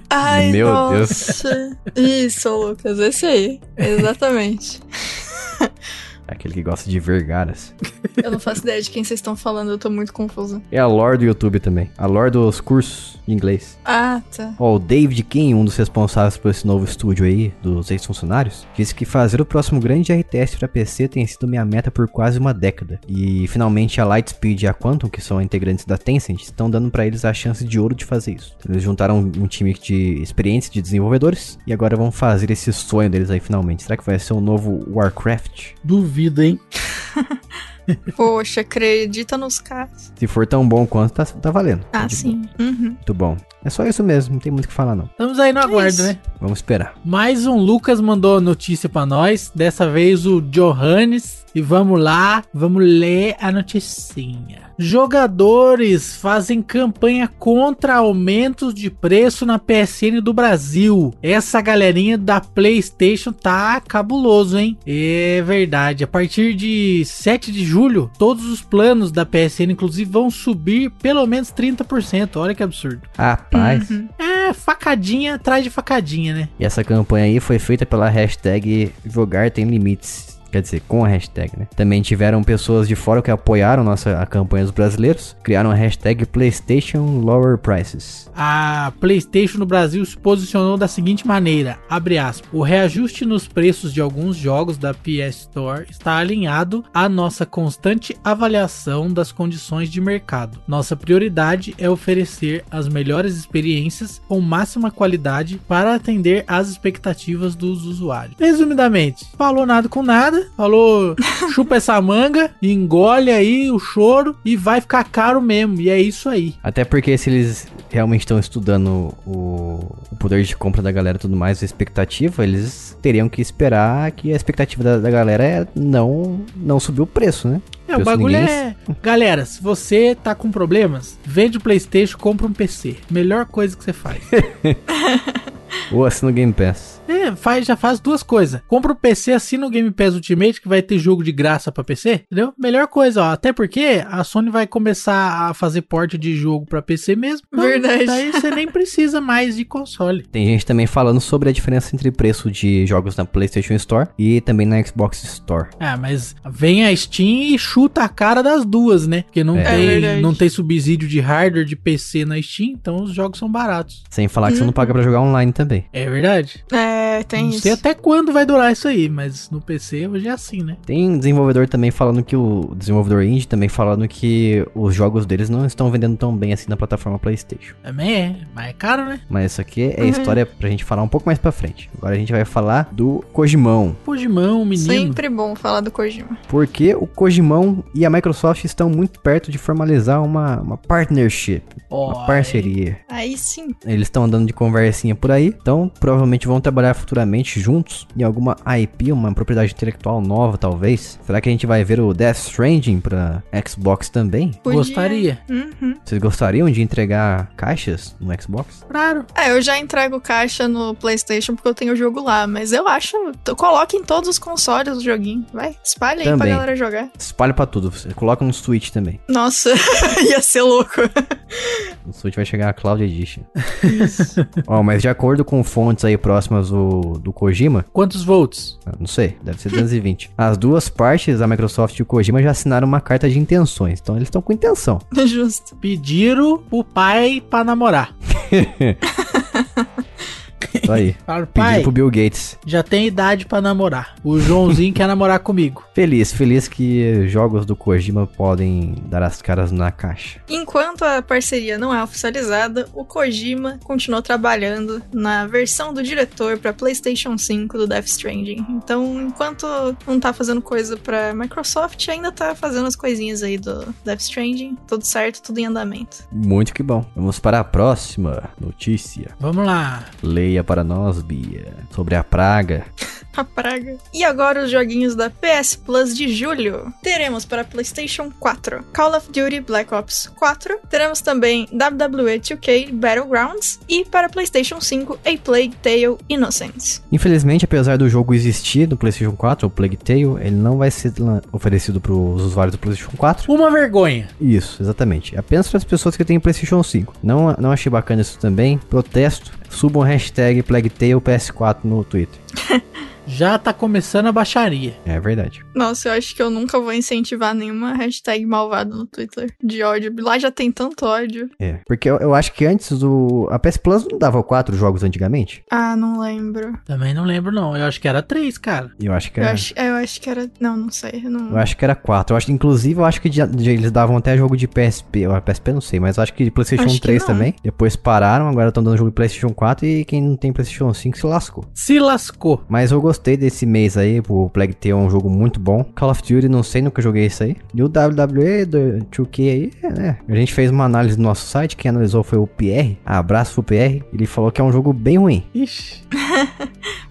Speaker 3: Ai,
Speaker 1: Meu Deus.
Speaker 3: nossa. Isso, Lucas, esse aí. Exatamente.
Speaker 1: Aquele que gosta de vergaras.
Speaker 3: Eu não faço ideia de quem vocês estão falando, eu tô muito confusa.
Speaker 1: É a lore do YouTube também. A lore dos cursos de inglês.
Speaker 3: Ah, tá.
Speaker 1: Ó, o David King, um dos responsáveis por esse novo estúdio aí, dos ex-funcionários, disse que fazer o próximo grande RTS para PC tem sido minha meta por quase uma década. E finalmente a Lightspeed e a Quantum, que são integrantes da Tencent, estão dando para eles a chance de ouro de fazer isso. Eles juntaram um time de experientes de desenvolvedores e agora vão fazer esse sonho deles aí finalmente. Será que vai ser um novo Warcraft?
Speaker 2: Duvido, hein?
Speaker 3: Poxa, acredita nos caras.
Speaker 1: Se for tão bom quanto, tá, tá valendo.
Speaker 3: Ah,
Speaker 1: De-
Speaker 3: sim. Uhum.
Speaker 1: Muito bom. É só isso mesmo, não tem muito o que falar não.
Speaker 2: Estamos aí no aguardo,
Speaker 3: isso.
Speaker 2: né?
Speaker 1: Vamos esperar.
Speaker 2: Mais um Lucas mandou a notícia pra nós. Dessa vez o Johannes. E vamos lá, vamos ler a noticinha. Jogadores fazem campanha contra aumentos de preço na PSN do Brasil. Essa galerinha da PlayStation tá cabuloso, hein? É verdade. A partir de 7 de julho, todos os planos da PSN, inclusive, vão subir pelo menos 30%. Olha que absurdo.
Speaker 1: Rapaz.
Speaker 3: Uhum.
Speaker 2: É facadinha atrás de facadinha, né?
Speaker 1: E essa campanha aí foi feita pela hashtag Jogar Tem Limites. Quer dizer, com a hashtag, né? Também tiveram pessoas de fora que apoiaram nossa, a campanha dos brasileiros. Criaram a hashtag PlayStation Lower Prices.
Speaker 2: A PlayStation no Brasil se posicionou da seguinte maneira, abre aspas, o reajuste nos preços de alguns jogos da PS Store está alinhado à nossa constante avaliação das condições de mercado. Nossa prioridade é oferecer as melhores experiências com máxima qualidade para atender às expectativas dos usuários. Resumidamente, falou nada com nada, falou chupa essa manga, engole aí o choro e vai ficar caro mesmo, e é isso aí.
Speaker 1: Até porque se eles realmente estão estudando o, o poder de compra da galera e tudo mais, a expectativa, eles teriam que esperar que a expectativa da, da galera é não, não subir o preço, né?
Speaker 2: É, o
Speaker 1: Preço
Speaker 2: bagulho
Speaker 1: ninguém
Speaker 2: é. Galera, se você tá com problemas, vende o PlayStation, compra um PC. Melhor coisa que você faz.
Speaker 1: Ou assim no Game Pass.
Speaker 2: é, faz, já faz duas coisas. Compra um PC, assina o Game Pass Ultimate, que vai ter jogo de graça pra PC, entendeu? Melhor coisa, ó. Até porque a Sony vai começar a fazer porte de jogo pra PC mesmo. Então,
Speaker 3: Verdade.
Speaker 2: Daí você nem precisa mais de console.
Speaker 1: Tem gente também falando sobre a diferença entre preço de jogos na PlayStation Store e também na Xbox Store.
Speaker 2: Ah, mas vem a Steam e chuta a cara das duas, né? Porque não,
Speaker 1: É.
Speaker 3: É
Speaker 2: tem,
Speaker 3: verdade.
Speaker 2: não tem subsídio de hardware de PC na Steam, então os jogos são baratos.
Speaker 1: Sem falar que você não paga pra jogar online também.
Speaker 2: É verdade.
Speaker 3: É, tem
Speaker 2: não
Speaker 3: isso.
Speaker 2: sei até quando vai durar isso aí, mas no PC hoje é assim, né?
Speaker 1: Tem um desenvolvedor também falando que o desenvolvedor indie também falando que os jogos deles não estão vendendo tão bem assim na plataforma PlayStation.
Speaker 2: Também é, mas é caro, né?
Speaker 1: Mas isso aqui é história pra gente falar um pouco mais pra frente. Agora a gente vai falar do Kojimão.
Speaker 2: Pujimão, menino.
Speaker 3: Sempre bom falar do Kojima.
Speaker 1: Porque o Kojimão e a Microsoft estão muito perto de formalizar uma, uma partnership,
Speaker 2: Ó, é,
Speaker 1: uma parceria.
Speaker 3: Aí sim.
Speaker 1: Eles estão andando de conversinha por aí, então provavelmente vão trabalhar futuramente juntos em alguma IP, uma propriedade intelectual nova, talvez? Será que a gente vai ver o Death Stranding pra Xbox também?
Speaker 3: Podia.
Speaker 2: Gostaria.
Speaker 3: Uhum.
Speaker 1: Vocês gostariam de entregar caixas no Xbox?
Speaker 2: Claro.
Speaker 3: É, eu já entrego caixa no PlayStation porque eu tenho o jogo lá, mas eu acho. tu Coloca em todos os consoles o joguinho. Vai, espalha aí pra
Speaker 1: Também.
Speaker 3: galera jogar.
Speaker 1: Espalha pra tudo. Você coloca no Switch também.
Speaker 3: Nossa, ia ser louco.
Speaker 1: No Switch vai chegar a Cloud Edition. Ó, mas de acordo com fontes aí próximas do, do Kojima,
Speaker 2: Quantos volts?
Speaker 1: Ah, Não sei, deve ser 220. As duas partes, a Microsoft e o Kojima, já assinaram uma carta de intenções. Então eles estão com intenção.
Speaker 3: Justo.
Speaker 2: Pediram pro pai pra namorar.
Speaker 1: Tá aí.
Speaker 2: Falaram,
Speaker 1: Pedindo
Speaker 2: pai,
Speaker 1: pro Bill Gates.
Speaker 2: já tem idade pra namorar. O Joãozinho quer namorar comigo.
Speaker 1: Feliz, feliz que jogos do Kojima podem dar as caras na caixa.
Speaker 3: Enquanto a parceria não é oficializada, o Kojima continuou trabalhando na versão do diretor pra PlayStation 5 do Death Stranding. Então, enquanto não tá fazendo coisa pra Microsoft, ainda tá fazendo as coisinhas aí do Death Stranding. Tudo certo, tudo em andamento.
Speaker 1: Muito que bom. Vamos para a próxima notícia.
Speaker 2: Vamos lá.
Speaker 1: Leia para nós, Bia, sobre a praga.
Speaker 3: A praga. E agora os joguinhos da PS Plus de julho. Teremos para PlayStation 4 Call of Duty Black Ops 4. Teremos também WWE 2K Battlegrounds. E para PlayStation 5 A Plague Tale Innocence.
Speaker 1: Infelizmente, apesar do jogo existir no PlayStation 4, o Plague Tale, ele não vai ser lan- oferecido para os usuários do PlayStation 4.
Speaker 2: Uma vergonha.
Speaker 1: Isso, exatamente. Apenas para as pessoas que têm PlayStation 5. Não, não achei bacana isso também. Protesto. Subam hashtag PlagTalePS4 no Twitter.
Speaker 2: Já tá começando a baixaria.
Speaker 1: É verdade.
Speaker 3: Nossa, eu acho que eu nunca vou incentivar nenhuma hashtag malvada no Twitter de ódio. Lá já tem tanto ódio.
Speaker 1: É. Porque eu, eu acho que antes do. A PS Plus não dava quatro jogos antigamente?
Speaker 3: Ah, não lembro.
Speaker 2: Também não lembro, não. Eu acho que era três, cara.
Speaker 1: Eu acho que
Speaker 3: Eu,
Speaker 1: era.
Speaker 3: acho, é, eu acho que era. Não, não sei. eu Não...
Speaker 1: Eu acho que era quatro. Eu acho, inclusive, eu acho que já- já eles davam até jogo de PSP. Ou PSP eu não sei, mas eu acho que de PlayStation
Speaker 3: Acho que
Speaker 1: 3
Speaker 3: não.
Speaker 1: também. Depois pararam, agora estão dando jogo de PlayStation 4 e quem não tem PlayStation 5 se lascou.
Speaker 2: Se lascou.
Speaker 1: Mas eu gostei desse mês aí, o Plague Tale é um jogo muito bom. Call of Duty, não sei nunca joguei isso aí. E o WWE do 2K aí, é, né? A gente fez uma análise no nosso site, quem analisou foi o PR. Abraço pro PR. Ele falou que é um jogo bem ruim.
Speaker 2: Ixi.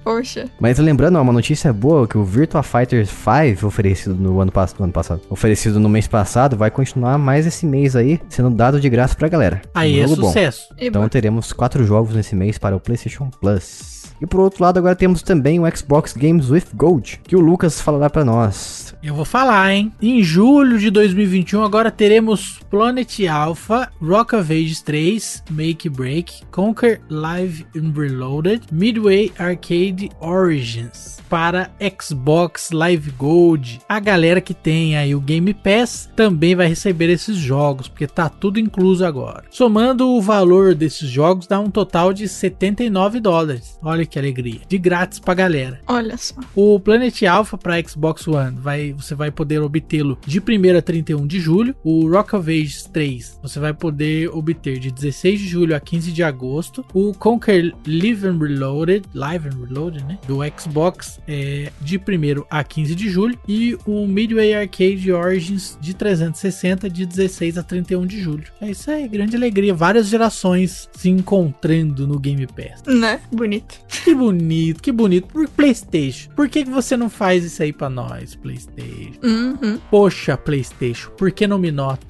Speaker 3: Poxa.
Speaker 1: Mas lembrando, ó, uma notícia boa, que o Virtua Fighter 5, oferecido no ano, pass no ano passado, oferecido no mês passado, vai continuar mais esse mês aí, sendo dado de graça pra galera.
Speaker 2: Aí
Speaker 1: um
Speaker 2: é
Speaker 1: jogo bom.
Speaker 2: sucesso.
Speaker 3: E
Speaker 1: Então teremos quatro jogos nesse mês para o PlayStation Plus. E por outro lado, agora temos também o Xbox Games with Gold, que o Lucas falará pra nós.
Speaker 2: Eu vou falar, hein? Em julho de 2021, agora teremos Planet Alpha, Rock of Ages 3, Make Break, Conquer Live and Reloaded, Midway Arcade Origins para Xbox Live Gold. A galera que tem aí o Game Pass também vai receber esses jogos, porque tá tudo incluso agora. Somando o valor desses jogos, dá um total de 79 dólares. Olha que alegria. De grátis pra galera.
Speaker 3: olha só.
Speaker 2: O Planet Alpha para Xbox One, vai, você vai poder obtê-lo de 1 a 31 de julho. O Rock of Ages 3, você vai poder obter de 16 de julho a 15 de agosto. O Conquer Live and Reloaded, Live and Reloaded, né? Do Xbox, é, de 1 a 15 de julho. E o Midway Arcade Origins de 360, de 16 a 31 de julho. É isso aí, grande alegria. Várias gerações se encontrando no Game Pass.
Speaker 3: Né? Bonito.
Speaker 2: Que bonito, que bonito. Por PlayStation. Por que que você não faz isso aí pra nós, PlayStation?
Speaker 3: Uhum.
Speaker 2: Poxa, PlayStation, por que não me nota?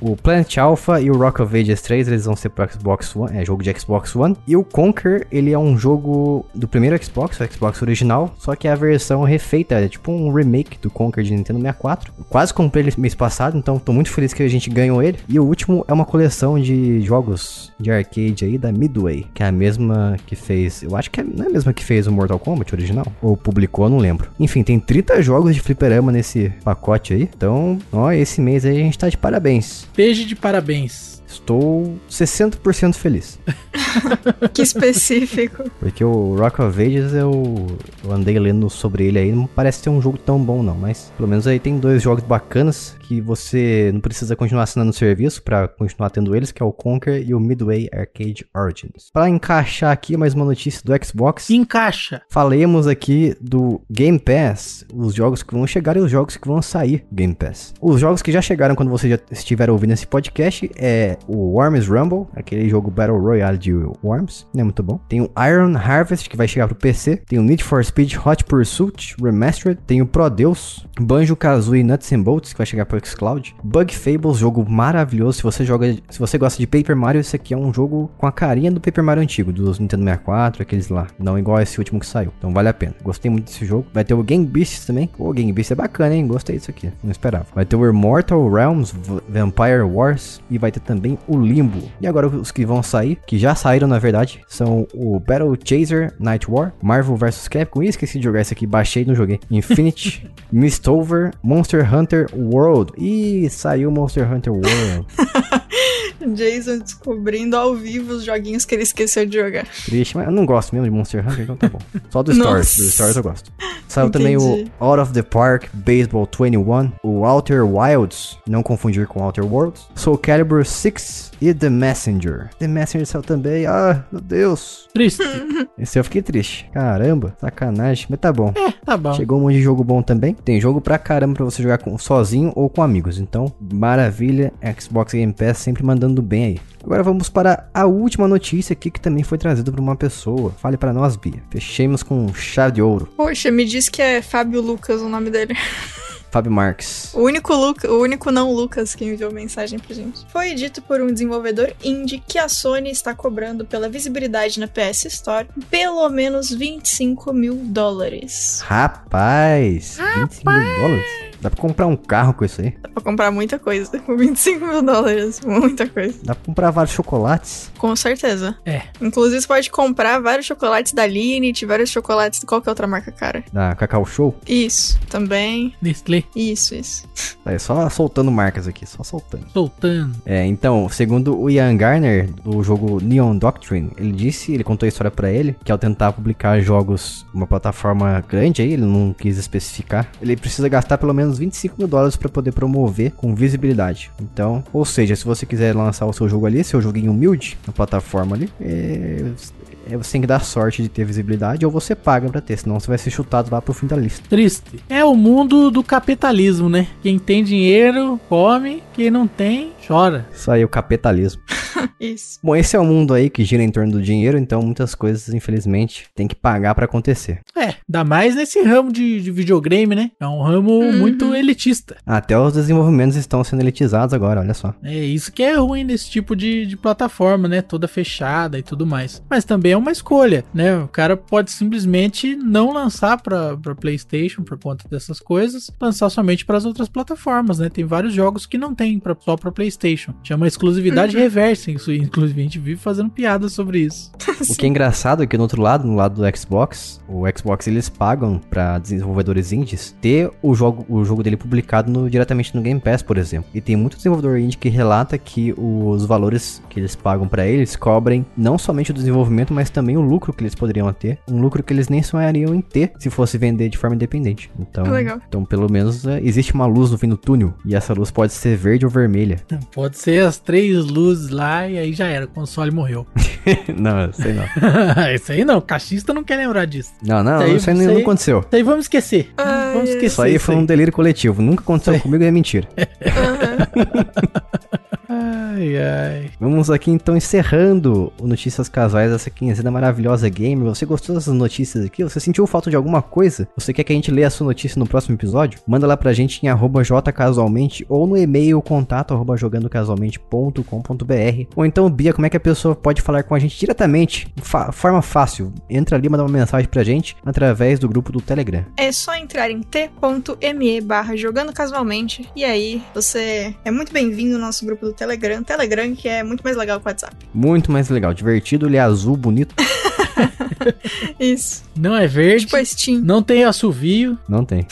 Speaker 1: O Planet Alpha e o Rock of Ages 3, eles vão ser pro Xbox One, é jogo de Xbox One. E o Conquer, ele é um jogo do primeiro Xbox, o Xbox original, só que é a versão refeita, é tipo um remake do Conquer de Nintendo 64. Eu quase comprei ele mês passado, então tô muito feliz que a gente ganhou ele. E o último é uma coleção de jogos de arcade aí da Midway, que é a mesma que fez, eu acho que é, não é a mesma que fez o Mortal Kombat original, ou publicou, eu não lembro. Enfim, tem 30 jogos de fliperama nesse pacote aí, então, ó, esse mês aí a gente tá de parabéns.
Speaker 2: Esteja de parabéns.
Speaker 1: Estou 60% feliz.
Speaker 3: Que específico.
Speaker 1: Porque o Rock of Ages eu, eu andei lendo sobre ele aí. Não parece ser um jogo tão bom, não. Mas pelo menos aí tem dois jogos bacanas que você não precisa continuar assinando o serviço pra continuar tendo eles, que é o Conquer e o Midway Arcade Origins. Pra encaixar aqui mais uma notícia do Xbox.
Speaker 2: Encaixa.
Speaker 1: Falemos aqui do Game Pass, os jogos que vão chegar e os jogos que vão sair do Game Pass. Os jogos que já chegaram quando você já estiver ouvindo esse podcast é o Worms Rumble, aquele jogo Battle Royale de Worms, né? Muito bom. Tem o Iron Harvest, que vai chegar pro PC. Tem o Need for Speed Hot Pursuit Remastered. Tem o Prodeus, Banjo Kazooie Nuts and Bolts, que vai chegar pro Xcloud. Bug Fables, jogo maravilhoso. Se você joga, se você gosta de Paper Mario, esse aqui é um jogo com a carinha do Paper Mario antigo, dos Nintendo 64, aqueles lá. Não igual esse último que saiu. Então vale a pena. Gostei muito desse jogo. Vai ter o Gang Beasts também. O Gang Beasts é bacana, hein? Gostei disso aqui. Não esperava. Vai ter o Immortal Realms V- Vampire Wars e vai ter também o Limbo. E agora os que vão sair, que já saíram na verdade, são o Battle Chaser Night War, Marvel vs Capcom. Ih, esqueci de jogar esse aqui, baixei e não joguei. Infinity, Mistover, Monster Hunter World. Ih, saiu Monster Hunter World.
Speaker 3: Jason descobrindo ao vivo os joguinhos que ele esqueceu de jogar.
Speaker 1: Triste, mas eu não gosto mesmo de Monster Hunter, então tá bom. Só do
Speaker 3: Nossa.
Speaker 1: Stories, do Stories eu gosto. Saiu também o
Speaker 3: Entendi.
Speaker 1: Out of the Park Baseball 21, o Outer Wilds, não confundir com Outer Worlds, Soul Calibur 6 e The Messenger. The Messenger saiu também, ah, meu Deus.
Speaker 2: Triste.
Speaker 1: Esse eu fiquei triste. Caramba, sacanagem, mas tá bom.
Speaker 2: Tá bom.
Speaker 1: Chegou um monte de jogo bom também. Tem jogo pra caramba pra você jogar com, sozinho ou com amigos. Então, maravilha. Xbox Game Pass sempre mandando bem aí. Agora vamos para a última notícia aqui que também foi trazida por uma pessoa. Fale pra nós, Bia. Fechemos com chave de ouro.
Speaker 3: Poxa, me diz que é Fábio Lucas o nome dele.
Speaker 1: Fábio Marques.
Speaker 3: O único, Luca, o único não Lucas que enviou mensagem pra gente. Foi dito por um desenvolvedor indie que a Sony está cobrando pela visibilidade na PS Store pelo menos 25 mil dólares.
Speaker 1: Rapaz, 25 mil dólares? Dá pra comprar um carro com isso aí?
Speaker 3: Dá pra comprar muita coisa com 25 mil dólares. Muita coisa.
Speaker 1: Dá pra comprar vários chocolates?
Speaker 3: Com certeza.
Speaker 2: É.
Speaker 3: Inclusive, você pode comprar vários chocolates da Linit, vários chocolates de qualquer outra marca, cara.
Speaker 1: Da Cacau Show?
Speaker 3: Isso, também.
Speaker 2: Nestlé
Speaker 3: Isso, isso.
Speaker 1: Tá, é só soltando marcas aqui, só soltando.
Speaker 2: soltando.
Speaker 1: É, então, segundo o Ian Garner, do jogo Neon Doctrine, ele disse, ele contou a história pra ele, que ao tentar publicar jogos numa plataforma grande aí, ele não quis especificar, ele precisa gastar pelo menos 25 mil dólares pra poder promover com visibilidade. Então, ou seja, se você quiser lançar o seu jogo ali, seu joguinho humilde, na plataforma ali, é, é, você tem que dar sorte de ter visibilidade ou você paga pra ter, senão você vai ser chutado lá pro fim da lista.
Speaker 2: Triste. É o mundo do capitalismo, né? Quem tem dinheiro, come. Quem não tem, chora.
Speaker 1: Isso aí é o capitalismo.
Speaker 3: Isso.
Speaker 1: Bom, esse é o mundo aí que gira em torno do dinheiro, então muitas coisas, infelizmente, tem que pagar pra acontecer.
Speaker 2: É, ainda mais nesse ramo de, de videogame, né? É um ramo
Speaker 3: Uhum.
Speaker 2: muito elitista.
Speaker 1: Até os desenvolvimentos estão sendo elitizados agora, olha só.
Speaker 2: É isso que é ruim nesse tipo de, de plataforma, né? Toda fechada e tudo mais. Mas também é uma escolha, né? O cara pode simplesmente não lançar pra, pra PlayStation por conta dessas coisas, lançar somente pras outras plataformas, né? Tem vários jogos que não tem pra, só pra PlayStation. Chama exclusividade reversa, isso, inclusive a gente vive fazendo piada sobre isso.
Speaker 1: O que é engraçado é que no outro lado, no lado do Xbox, o Xbox eles pagam pra desenvolvedores indies ter o jogo, o jogo dele publicado no- diretamente no Game Pass, por exemplo. E tem muito desenvolvedor indie que relata que os valores que eles pagam pra eles cobrem não somente o desenvolvimento, mas também o lucro que eles poderiam ter, um lucro que eles nem sonhariam em ter se fosse vender de forma independente. Então,
Speaker 3: Legal.
Speaker 1: então pelo menos é, existe uma luz no fim do túnel e essa luz pode ser verde ou vermelha.
Speaker 2: Pode ser as três luzes lá e aí já era, o console morreu.
Speaker 1: não, sei não.
Speaker 2: isso aí não, o caixista não quer lembrar disso.
Speaker 1: Não, não,
Speaker 2: Isso aí-
Speaker 1: isso aí
Speaker 2: isso
Speaker 1: não
Speaker 2: aí-
Speaker 1: aconteceu.
Speaker 2: Isso aí vamos esquecer.
Speaker 3: Ai,
Speaker 2: vamos esquecer.
Speaker 1: Isso aí foi um delírio coletivo. Nunca aconteceu comigo e é mentira.
Speaker 3: Aham.
Speaker 2: Ai, ai.
Speaker 1: Vamos aqui então encerrando o Notícias Casuais dessa quinzena maravilhosa gamer. Você gostou dessas notícias aqui? Você sentiu falta de alguma coisa? Você quer que a gente leia a sua notícia no próximo episódio? Manda lá pra gente em arroba jcasualmente ou no e-mail contato arroba jogandocasualmente.com.br Ou então, Bia, como é que a pessoa pode falar com a gente diretamente? Fa- forma fácil. Entra ali, manda uma mensagem pra gente através do grupo do Telegram.
Speaker 3: É só entrar em t.me barra jogando casualmente. E aí, você é muito bem-vindo ao nosso grupo do Telegram. Telegram, que é muito mais legal que o WhatsApp.
Speaker 1: Muito mais legal. Divertido, ele é azul, bonito.
Speaker 3: Isso.
Speaker 2: Não é verde,
Speaker 3: Tipo a Steam.
Speaker 2: não tem assovio.
Speaker 1: Não tem.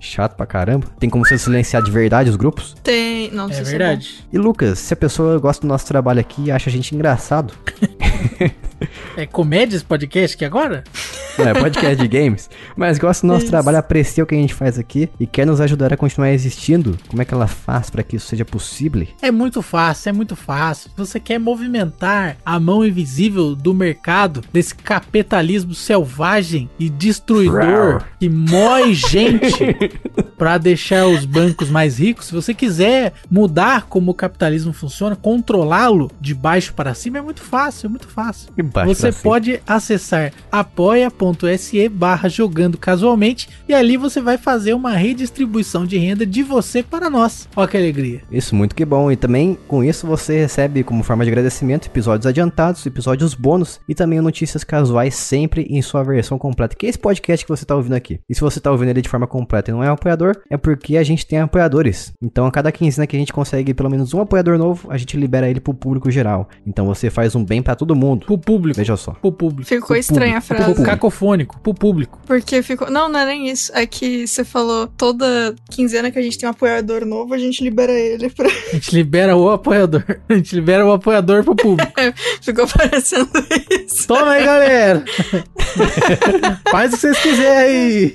Speaker 1: Chato pra caramba. Tem como você silenciar de verdade os grupos?
Speaker 3: Tem. Não,
Speaker 2: É
Speaker 3: sei se
Speaker 2: verdade.
Speaker 1: E Lucas, se a pessoa gosta do nosso trabalho aqui e acha a gente engraçado,
Speaker 2: É comédia esse podcast que agora?
Speaker 1: não é podcast de games, mas gosta do nosso
Speaker 3: Isso.
Speaker 1: trabalho, aprecia o que a gente faz aqui e quer nos ajudar a continuar existindo. Como é que ela faz pra que isso seja possível?
Speaker 2: É muito fácil, é muito fácil. Se Você quer movimentar a mão invisível do mercado, desse capitalismo selvagem e destruidor
Speaker 1: Rar.
Speaker 2: que mói gente para deixar os bancos mais ricos. Se você quiser mudar como o capitalismo funciona, controlá-lo de baixo para cima, é muito fácil, é muito fácil.
Speaker 1: E baixo
Speaker 2: Você
Speaker 1: pra cima.
Speaker 2: pode acessar apoia.se barra jogando casualmente e ali você vai fazer uma redistribuição de renda de você para nós. Olha que alegria.
Speaker 1: Isso, muito que bom. E também, com isso, você recebe, como forma de agradecimento, episódios adiantados, episódios bônus e também notícias casuais sempre em sua versão completa, que é esse podcast que você tá ouvindo aqui. E se você tá ouvindo ele de forma completa e não é um apoiador, é porque a gente tem apoiadores. Então, a cada quinzena que a gente consegue pelo menos um apoiador novo, a gente libera ele pro público geral. Então, você faz um bem pra todo mundo.
Speaker 2: Pro público.
Speaker 1: Veja só.
Speaker 2: Pro público.
Speaker 3: Ficou estranha a
Speaker 2: Pro
Speaker 3: frase.
Speaker 2: Cacofônico. Pro público.
Speaker 3: Porque ficou. Não, não é nem isso. É que você falou toda quinzena que a gente tem um apoiador novo, a gente libera ele. Pra...
Speaker 2: A gente libera o apoiador. A gente libera o apoiador pro público.
Speaker 3: Ficou parecendo isso.
Speaker 2: Toma aí, galera. Faz o que vocês quiserem aí.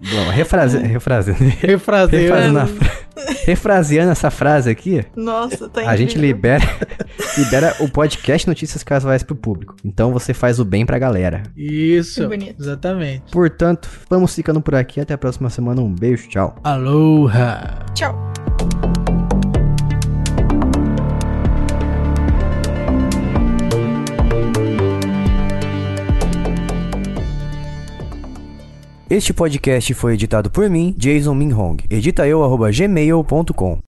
Speaker 1: Bom, refrase... refrase... né?
Speaker 2: Refraseio.
Speaker 1: refraseando, a fra- refraseando essa frase aqui,
Speaker 3: Nossa, tá
Speaker 1: A gente
Speaker 3: incrível.
Speaker 1: libera, libera o podcast Notícias Casuais pro público. Então você faz o bem pra galera.
Speaker 2: Isso.
Speaker 3: Que bonito.
Speaker 2: Exatamente.
Speaker 1: Portanto, vamos ficando por aqui. Até a próxima semana. Um beijo, tchau.
Speaker 2: Aloha.
Speaker 3: Tchau.
Speaker 1: Este podcast foi editado por mim, Jason Minhong. Edita eu, gmail.com.